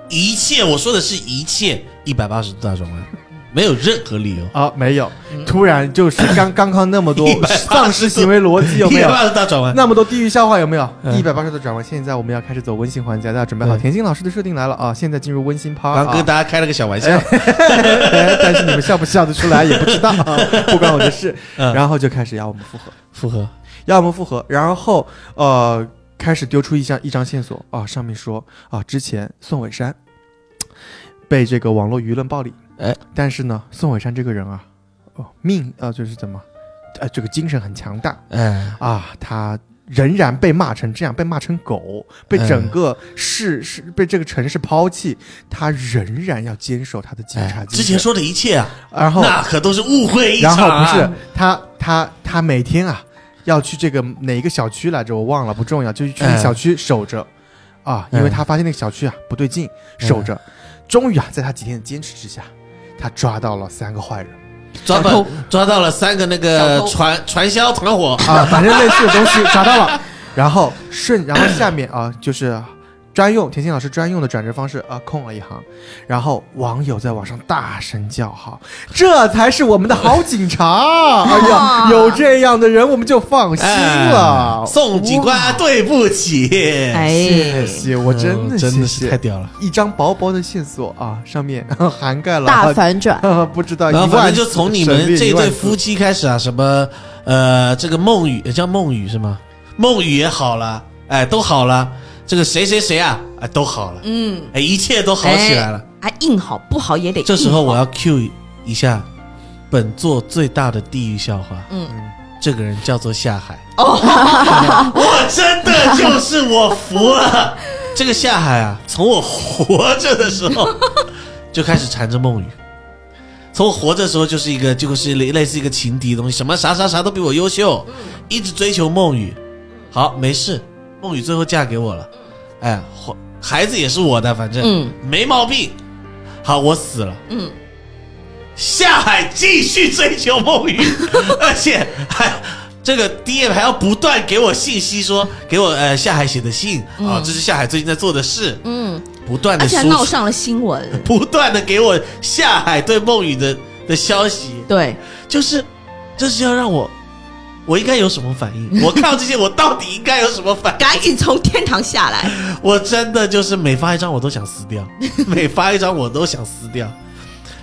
G: 一切，我说的是一切一百八十度大转弯，没有任何理由。
A: 啊，没有，
H: 嗯
A: 突然就是刚刚刚那么 多丧失行为逻辑有没有？
G: 180大转弯？
A: 那么多地域笑话有没有？
G: 嗯
A: 一百八十度转弯，现在我们要开始走温馨环节，大家准备好。
G: 对
A: 田心老师的设定来了啊！现在进入温馨趴
G: 刚
A: 啊！
G: 刚跟大家开了个小玩笑，
A: 哎但是你们笑不笑得出来也不知道 啊，不关我的事。
G: 嗯
A: 然后就开始要我们复合，
G: 复合
A: 要我们复合，然后呃开始丢出一项一张线索啊，上面说啊，之前宋伟山被这个网络舆论暴力，
G: 哎，
A: 但是呢，宋伟山这个人啊，哦命啊就是怎么，呃这个精神很强大
G: 哎，
A: 啊，他。仍然被骂成这样，被骂成狗，被整
G: 嗯
A: 个市市、被这个城市抛弃，他仍然要坚守他的警察精神。
G: 哎之前，说的一切啊，
A: 然后
G: 那可都是误会一
A: 然
G: 场
A: 后
G: 啊。
A: 不是他他他每天啊要去这个哪一个小区来着，我忘了，不重要，就是去那个
G: 嗯
A: 小区守着、啊，
G: 哎
A: 因为他发现那个小区啊不对劲，守着。终于啊，在他几天的坚持之下，他抓到了三个坏人
G: 抓到抓到了三个那
H: 小
G: 个
H: 偷
G: 传传销团伙，
A: 啊，反正类似的东西抓到了，然后顺然后下面啊就是。专用田心老师专用的转折方式啊，空了一行，然后网友在网上大声叫好，这才是我们的好警察！哎呀，有这样的人我们就放心了
G: 哎。宋警官，对不起，
H: 哎，
A: 谢谢，我真的
G: 嗯真
A: 谢
G: 的是太
A: 谢。
G: 屌了。
A: 一张薄薄的线索啊，上面 涵盖了
F: 大反转，
A: 不知啊道一
G: 然后
A: 万，
G: 反正就从你们这对夫
A: 夫
G: 妻开始啊，什么呃，这个梦雨叫梦雨是吗？梦雨也好了，哎，都好了。这个谁谁谁啊，哎，都好了，
H: 嗯，哎
G: 哎，一切都好起来了。
H: 还啊硬好，不好也得硬好。
G: 这时候我要 cue 一下本座最大的地狱笑话，
H: 嗯，
G: 这个人叫做夏海。 哦，我真的就是我服了。这个夏海啊，从我活着的时候就开始缠着梦雨。从我活着的时候就是一个，就是类类似一个情敌的东西，什么啥啥啥都比我优秀，
H: 嗯
G: 一直追求梦雨。好，没事，梦雨最后嫁给我了，哎，活孩子也是我的，反正、
H: 嗯
G: 没毛病。好，我死了，
H: 嗯，
G: 下海继续追求梦 雨，而且还这个 DM 还要不断给我信息说，给我呃下海写的信啊、这是下海最近在做的事，
H: 嗯，
G: 不断
H: 而
G: 的
H: 且还
G: 输
H: 闹
G: 出，
H: 上了新闻。
G: 不断的给我下海对梦雨的的消息，
H: 对，
G: 就是这是要让我。我应该有什么反应？ 我看到这些，我到底应该有什么反应？
H: 赶紧从天堂下 来。
G: 我真的就是每发一张我都想撕掉， 每发一张我都想撕掉，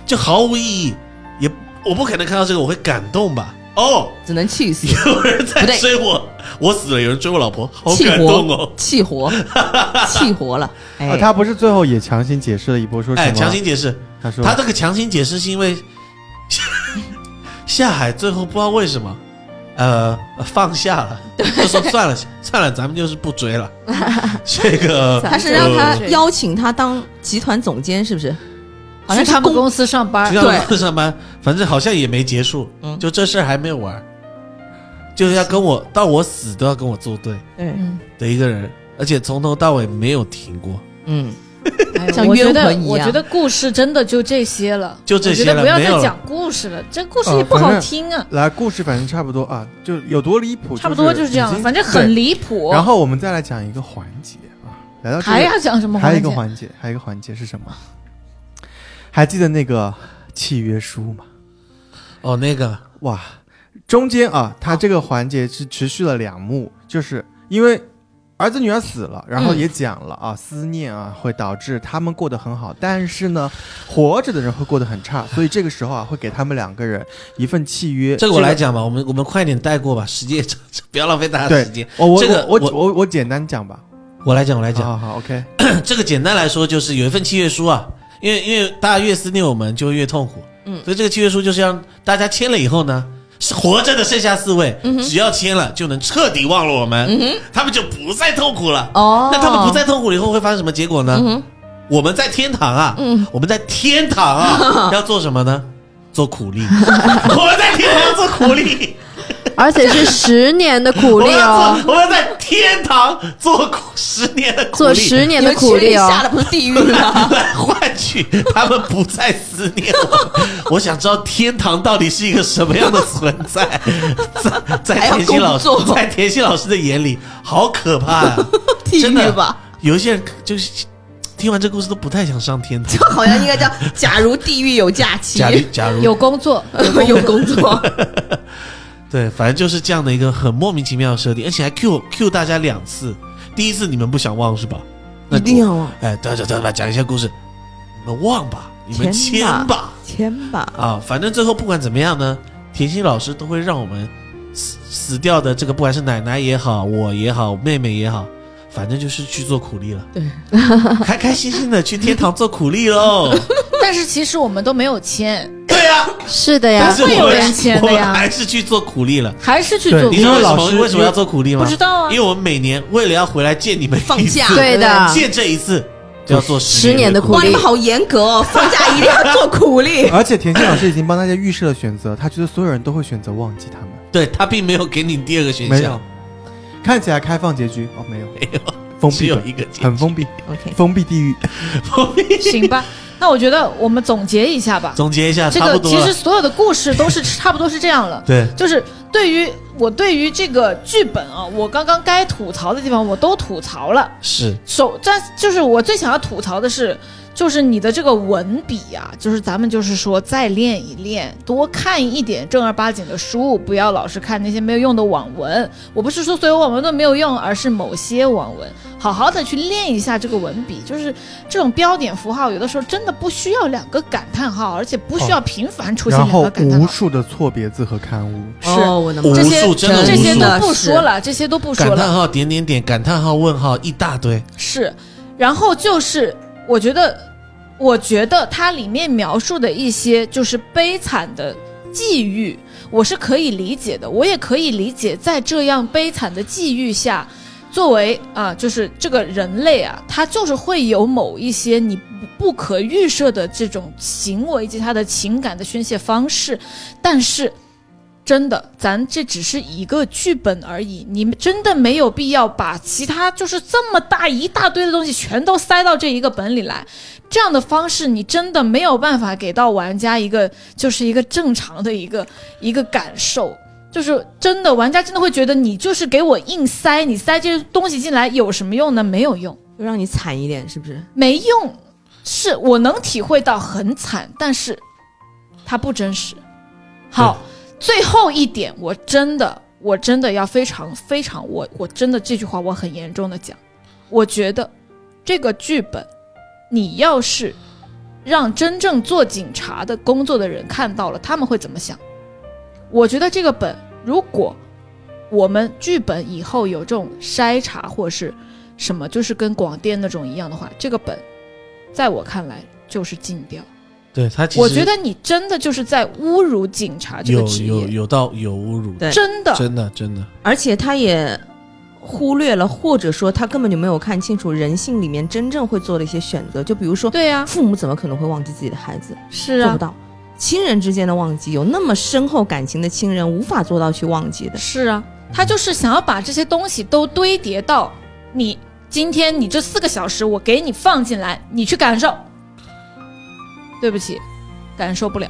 G: 就毫无意义。也我不可能看到这个我会感动吧？哦，
H: 只能气死，
G: 有人在
H: 不对
G: 追我，我死了，有人追我老婆，好
H: 气
G: 感动
H: 活
G: 哦，。
H: 气活，气活 了。
A: 啊
H: 哎，，
A: 他不是最后也强行解释了一波，说什么？
G: 哎，强行解释，
A: 他说
G: 他这个强行解释是因为 夏海最后不知道为什么，呃，放下了，就说算了，算了，咱们就是不追 了。这个
H: 他是让他邀请他当集团总监，是不是？好像
D: 去他们
H: 公
D: 公司上班
G: 去，他们上班，反正好像也没结束，
H: 嗯
G: 就这事儿还没有完，就是要跟我到我死都要跟我作对
H: 对，
G: 的一个人，而且从头到尾没有停过，
H: 嗯，
D: 哎呦
H: 像
D: 我
H: 冤
D: 觉得
H: 魂一
D: 我
H: 样
D: 觉得故事真的就这些了，
G: 就这些
D: 我觉得
G: 了
D: 不要
G: 没有
D: 再
G: 了
D: 讲故事了，这故事
A: 呃
D: 也不
A: 反
D: 好
A: 正
D: 听啊。
A: 来故事，反正差不多啊，就有多离谱，
D: 差不多就是这样
A: 已，经
D: 反正
A: 对
D: 很离谱。
A: 然后我们再来讲一个环节啊，来到这
D: 还
A: 个
D: 要讲什么
A: 还有
D: 环
A: 一个
D: 节？
A: 环节，还有一个环节是什么？还记得那个契约书吗？
G: 哦，那个
A: 哇，中间啊，它这个环节是持续了两幕，就是因为儿子女儿死了，然后
D: 嗯
A: 也讲了啊，思念啊会导致他们过得很好，但是呢，活着的人会过得很差，所以这个时候啊，会给他们两个人一份契约。
G: 这个我来讲吧，我们我们快点带过吧，时间也长， 不要浪费大家
A: 对哦
G: 时间。
A: 我我
G: 这个
A: 我
G: 我
A: 我我简单讲吧，
G: 我来讲，我来讲，
A: 好好 OK，。
G: 这个简单来说就是有一份契约书啊，因为因为大家越思念我们，就会越痛苦。
H: 嗯
G: 所以这个契约书就是让大家签了以后呢，是活着的剩下四位，
F: 嗯
G: 只要签了就能彻底忘了我们，他们就不再痛苦了。
H: 哦，
G: 那他们不再痛苦了以后会发生什么结果
F: 嗯
G: 呢？
H: 哼
G: 我们在天堂啊，我们在天堂 啊，要做什么呢？做苦力， 我们在天堂要做苦力，
F: 而且是十年的 苦力
G: 我们要
F: 哦，
G: 做，我们在天堂做苦十年的苦力，
F: 做十年
H: 你
F: 的
H: 们
F: 苦
H: 去
F: 力
H: 下
F: 哦，
H: 的不是地狱吗？
G: 来换取他们不再思念我。我想知道天堂到底是一个什么样的存在， 在在田心老师
H: 还要工作
G: 在田心老师的眼里，好可怕呀、啊
H: 地
G: 真
H: 狱
G: 的
H: 吧？
G: 有一些人就是听完这故事都不太想上天 堂
H: 就。好像应该叫“假如地狱有假期
G: 假如”，假如
D: 有工作，
H: 有工作，
G: 对，反正就是这样的一个很莫名其妙的设定，而哎且还 Q Q 大家两次。第一次你们不想忘是吧？ 那
M: 一定要啊！
G: 哎，对对对吧？讲一下故事，你们忘吧，你们
H: 签
G: 签
H: 吧
G: 吧
H: 签吧。
G: 啊！反正最后不管怎么样呢，甜心老师都会让我们死死掉的这个，不管是奶奶也好，我也好，妹妹也好，反正就是去做苦力了。对， 开开心心的去天堂做苦力喽。
D: 但是其实我们都没有签，
G: 对呀、
F: 是的呀
G: 但，是我
D: 啊会
G: 们
D: 有人签
G: 我们
D: 的呀
G: 还是去做苦力了。
D: 还是去做
L: 对
G: 你
D: 工
G: 知道为什
D: 作
L: 因为老师
G: 么为什么要做苦力吗？
D: 不知道啊
G: 因为我们每年为了要回来见你们
H: 放
G: 一次
H: 假
F: 对的，
G: 见这一次就要做
F: 十年的苦
H: 哇，你
F: 力
H: 们，好严格哦，放假一定要做苦力
A: 而且田心老师已经帮大家预设了选择，他觉得所有人都会选择忘记他们。
G: 对他并没有给你第二个选
A: 没有
G: 项，，
A: 看起来开放结局哦，没有，
G: 没有，
A: 封
G: 只
A: 闭
G: 有
A: 的
G: 一，个结
A: 很封闭，
H: OK，
A: 封闭地狱。
D: 行吧？那我觉得我们总结一下吧。
G: 总结一下，
D: 这
G: 差
D: 个
G: 不多
D: 其
G: 了。
D: 实所有的故事都是 差不多是这样了，
G: 对，
D: 就是对于我对于这个剧本啊，我刚刚该吐槽的地方我都吐槽了。
G: 是
D: 首但就是我最想要吐槽的是，就是你的这个文笔啊，就是咱们就是说再练一练，多看一点正儿八经的书，不要老是看那些没有用的网文。我不是说所有网文都没有用，而是某些网文，好好的去练一下这个文笔。就是这种标点符号，有的时候真的不需要两个感叹号，而且不需要频繁出现
A: 哦然
D: 两
A: 后
D: 个感叹
A: 无
D: 号。
A: 数的错别字和刊物，
D: 是、嗯
M: 哦，我的妈
G: 无
D: 这
M: 呀！
D: 些
G: 数真的
D: 这些
G: 无数，
D: 都不说了，这些都不说
G: 感
D: 了
G: 叹。号点点点，感叹号问号一大堆，
D: 是，然后就是我觉得，我觉得它里面描述的一些就是悲惨的际遇，我是可以理解的，我也可以理解，在这样悲惨的际遇下。作为啊，就是这个人类啊，他就是会有某一些你不不可预设的这种行为以及他的情感的宣泄方式，但是真的，咱这只是一个剧本而已，你们真的没有必要把其他就是这么大一大堆的东西全都塞到这一个本里来。这样的方式，你真的没有办法给到玩家一个就是一个正常的一个一个感受。就是真的，玩家真的会觉得你就是给我硬塞，你塞这些东西进来有什么用呢？没有用，
H: 就让你惨一点，是不是？
D: 没用。是我能体会到很惨，但是它不真实。好，最后一点，我真的，我真的要非常非常，我我真的这句话我很严重的讲，我觉得这个剧本，你要是让真正做警察的工作的人看到了，他们会怎么想？我觉得这个本，如果我们剧本以后有这种筛查或是什么，就是跟广电那种一样的话，这个本在我看来就是禁掉。
G: 对他其实
D: 我觉得你真的就是在侮辱警察这个
G: 有
D: 职
G: 有
D: 业，
G: 有到有侮辱，
H: 对
D: 真的
G: 真的真的
H: 而且他也忽略了，或者说他根本就没有看清楚人性里面真正会做的一些选择。就比如说，
D: 对呀、
H: 父母怎么可能会忘记自己的孩子？
D: 是
H: 做不
D: 啊，
H: 到。亲人之间的忘记，有那么深厚感情的亲人，无法做到去忘记的。
D: 是啊，他就是想要把这些东西都堆叠到你今天你这四个小时，我给你放进来，你去感受。对不起，感受不了。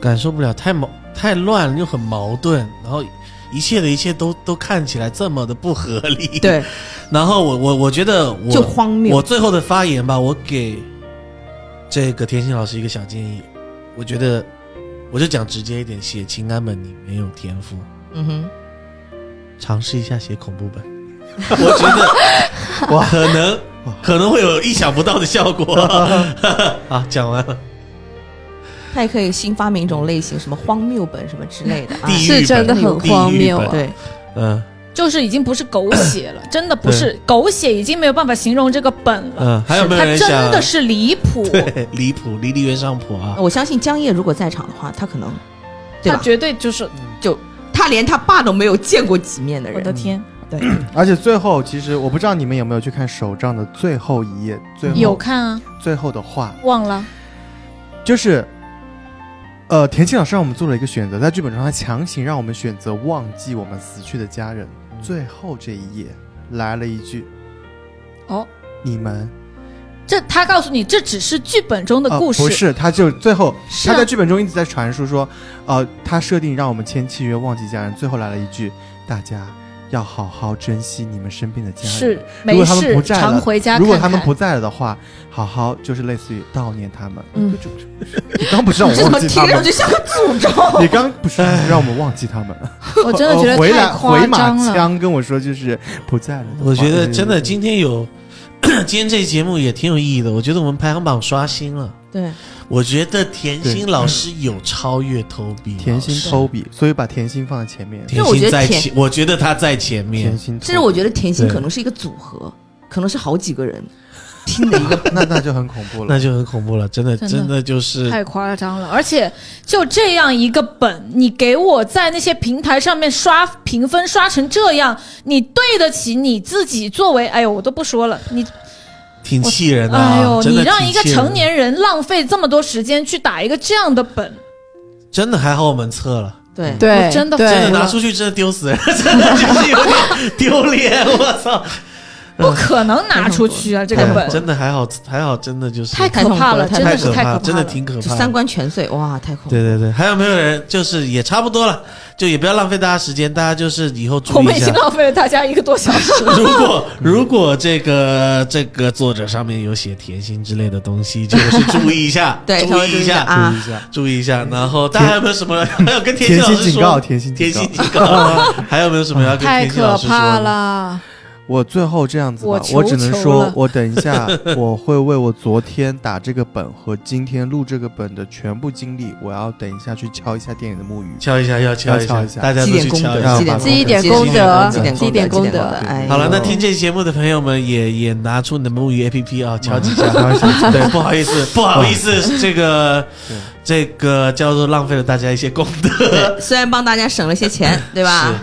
G: 感受不了，太矛太乱又很矛盾，然后一切的一切都都看起来这么的不合理。，
H: 对，
G: 然后我我我觉得我
H: 就荒谬。
G: 我最后的发言吧，我给这个甜心老师一个小建议，我觉得我就讲直接一点，写情感本你没有天赋，
H: 嗯哼，
G: 尝试一下写恐怖本，我觉得
A: 哇
G: 可能可能会有意想不到的 效果。啊，讲完了，
H: 他也可以新发明一种类型，什么荒谬本什么之类的啊。
G: 地狱
F: 是真的很荒谬
G: 地狱本
F: 啊。
H: 对，
G: 嗯
D: 就是已经不是狗血 了，真的不是狗血，已经没有办法形容这个本了。
A: 啊
G: 嗯，还有没有
D: 它
G: 人
D: 真
G: 想？
D: 的是离谱，
G: 对离谱，离离原上谱啊！
H: 我相信江夜如果在场的话，他可能，对
D: 他
H: 吧？
D: 绝对就是
H: 他连他爸都没有见过几面的
D: 我
A: 嗯
D: 的
H: 人，
D: 天，
A: 而且最后其实我不知道你们有没有去看手账的最后一页，最后
D: 有看啊，
A: 最后的话
D: 忘了，
A: 就是，呃，田青老师让我们做了一个选择，在剧本中他强行让我们选择忘记我们死去的家人。最后这一页来了一句：“
D: 哦，
A: 你们
D: 这他告诉你，这只是剧本中的
A: 呃
D: 故事，
A: 不是，他就最后
D: 是
A: 他
D: 啊
A: 在剧本中一直在传输说，呃，他设定让我们签契约忘记家人，最后来了一句：“大家要好好珍惜你们身边的家人。
D: 是
A: 如
D: 没
A: 果他们不
D: 事，
A: 在了
D: 常回家看看。
A: 如果他们不在了的话，好好就是类似于悼念他们。
F: 嗯
A: 你刚不是让我
H: 这怎么
A: 忘记
H: 听
A: 他
H: 着
A: 们
H: 就？像个诅咒？
A: 你刚不是让我们忘记他们了？
D: 我 真的觉得
A: 哎呃回
D: 太
A: 来
D: 夸
A: 回马
D: 张了。
A: 枪跟我说就是不在了的话。
G: 我觉得真的
A: 对
G: 今天有， 今天这节目也挺有意义的。我觉得我们排行榜刷新了。
N: 对，
G: 我觉得甜心老师有超越投笔，
A: 嗯甜心偷笔，所以把甜心放在前面。
G: 甜
H: 因为我觉
G: 心
H: 得
G: 在
H: 甜
G: 前，我觉得他在前面
A: 甜。心偷笔，
H: 甚至我觉得甜心
G: 对
H: 可能是一个组合，可能是好几个人。
A: 听了一个，那那就很恐怖了
G: 那。就很恐怖了，真的，
D: 真的
G: 真的就是
D: 太夸张了，而且就这样一个本，你给我在那些平台上面刷评分刷成这样，你对得起你自己作为？哎呦，我都不说了，你
G: 挺气人的、啊。
D: 哎呦，
G: 真的
D: 你让一个
G: 挺气人的
D: 成，年人浪费这么多时间去打一个这样的本，
G: 真的还好我们测了，
H: 对，
F: 对，
D: 哎我真的
F: 对
G: 真的拿出去真的丢死人，真的就是有点丢脸。我操，
A: 嗯
D: 不可能拿出去啊！这个
G: 哎
D: 本
G: 真的还好，还好，真的就是
D: 太可怕了，真的
G: 太
D: 是
G: 可
D: 太可
G: 怕，
D: 怕了，
G: 真的挺可
H: 就
G: 怕的。
H: 三观全碎，哇，太恐怖，
G: 对。对对，还有没有人？就是也差不多了，就也不要浪费大家时间，大家就是以后
D: 我
G: 注意
D: 们
G: 一
D: 已
G: 下。
D: 经。浪费了大家一个多小时
G: 如果如果这个这个作者上面有写甜心之类的东西，就是注意一下
H: 对稍
G: 注
H: 微注
G: 意
H: 意
G: 一
H: 一下
G: 下，
H: 啊
A: 注意一下，
G: 注意一下。然后大家还有没有什么还有跟甜
A: 甜
G: 心老
A: 心
G: 师
A: 警告，
G: 说？
A: 甜心
G: 甜
A: 警告
G: 心。警告，还有没有什么要 跟
D: 太
G: 甜心老
D: 可
G: 师说
D: 怕
G: 的？
D: 了！
A: 我最后这样子吧，
D: 我
A: 我
D: 求
A: 只能
D: 求
A: 说
D: 了，
A: 我等一下 我会为我昨天打这个本和今天录这个本的全部经历，我要等一下去敲一下店里的木鱼。
G: 敲一下，要敲一
A: 要敲
G: 下
A: 一，下
G: 大家都
H: 积点
G: 去
H: 功
G: 敲
H: 德
G: 一
A: 下，
H: 积
G: 下。
H: 点
A: 积一
F: 点
H: 功
F: 功德
H: 积点
F: 积点
H: 功
F: 功
H: 德
F: 德
H: 积点哎，
G: 好了，那听这节目的朋友们也也拿出你的母语 APP 啊，敲几 下。
A: 敲一下，
G: 对，不好意 思，不好意思，这个
A: 对
G: 这个叫做浪费了大家一些功 德。
H: 虽然帮大家省了些钱，对
G: 是
H: 吧？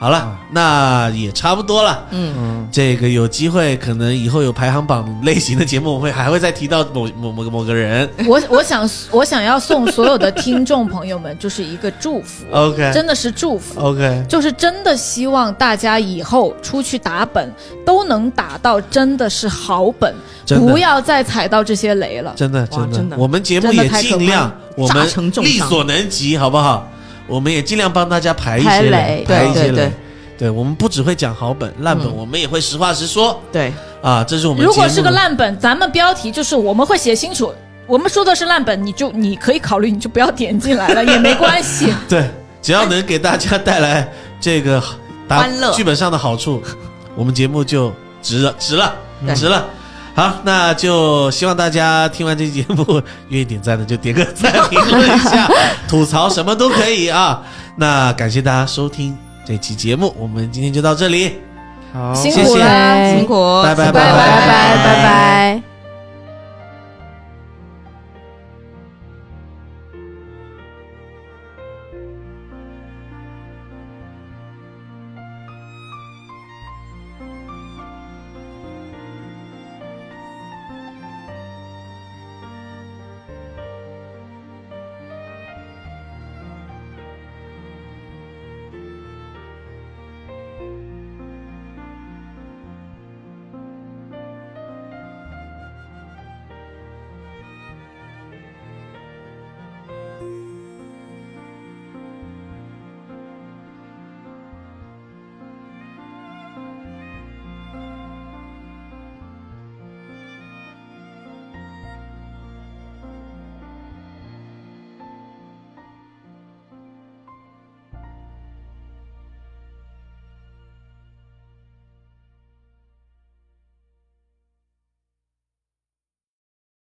G: 好了，那也差不多了。
H: 嗯，
A: 嗯，
G: 这个有机会，可能以后有排行榜类型的节目，我会还会再提到某某某个某个人。
D: 我我想我想要送所有的听众朋友们，就是一个祝 福，
G: OK
D: 真的是祝福。
G: OK，
D: 就是真的希望大家以后出去打本都能打到真的是好本，
G: 真的
D: 不要再踩到这些雷了。
G: 真的
H: 哇
G: 真的，
H: 真的
G: 我们节目
D: 真的
G: 也
D: 太可怕
G: 尽量，我
H: 炸
G: 们
H: 成重
G: 力
H: 伤
G: 所能及，好不好？我们也尽量帮大家排一些
F: 排
G: 雷
F: 雷，
G: 排一
H: 对
G: 些
H: 对
G: 雷
H: 对。
G: 对，我们不只会讲好本、烂本，
H: 嗯
G: 我们也会实话实说
H: 对，
G: 啊。这是我们
D: 如果
G: 节目
D: 是个烂本，咱们标题就是我们会写清楚，我们说的是烂本，你就你可以考虑，你就不要点进来了，也没关系。
G: 对，只要能给大家带来这个打
H: 欢乐
G: 剧本上的好处，我们节目就值了，值了，
H: 对
G: 值了。好，那就希望大家听完这期节目，愿意点赞的就点个赞，评论一下，吐槽什么都可以啊。那感谢大家收听这期节目，我们今天就到这里，
A: 好，
D: 辛
G: 谢
D: 苦
G: 谢
D: 啦，
F: 哎
H: 辛苦，
G: 拜拜
F: 拜拜拜
G: 拜
F: 拜拜。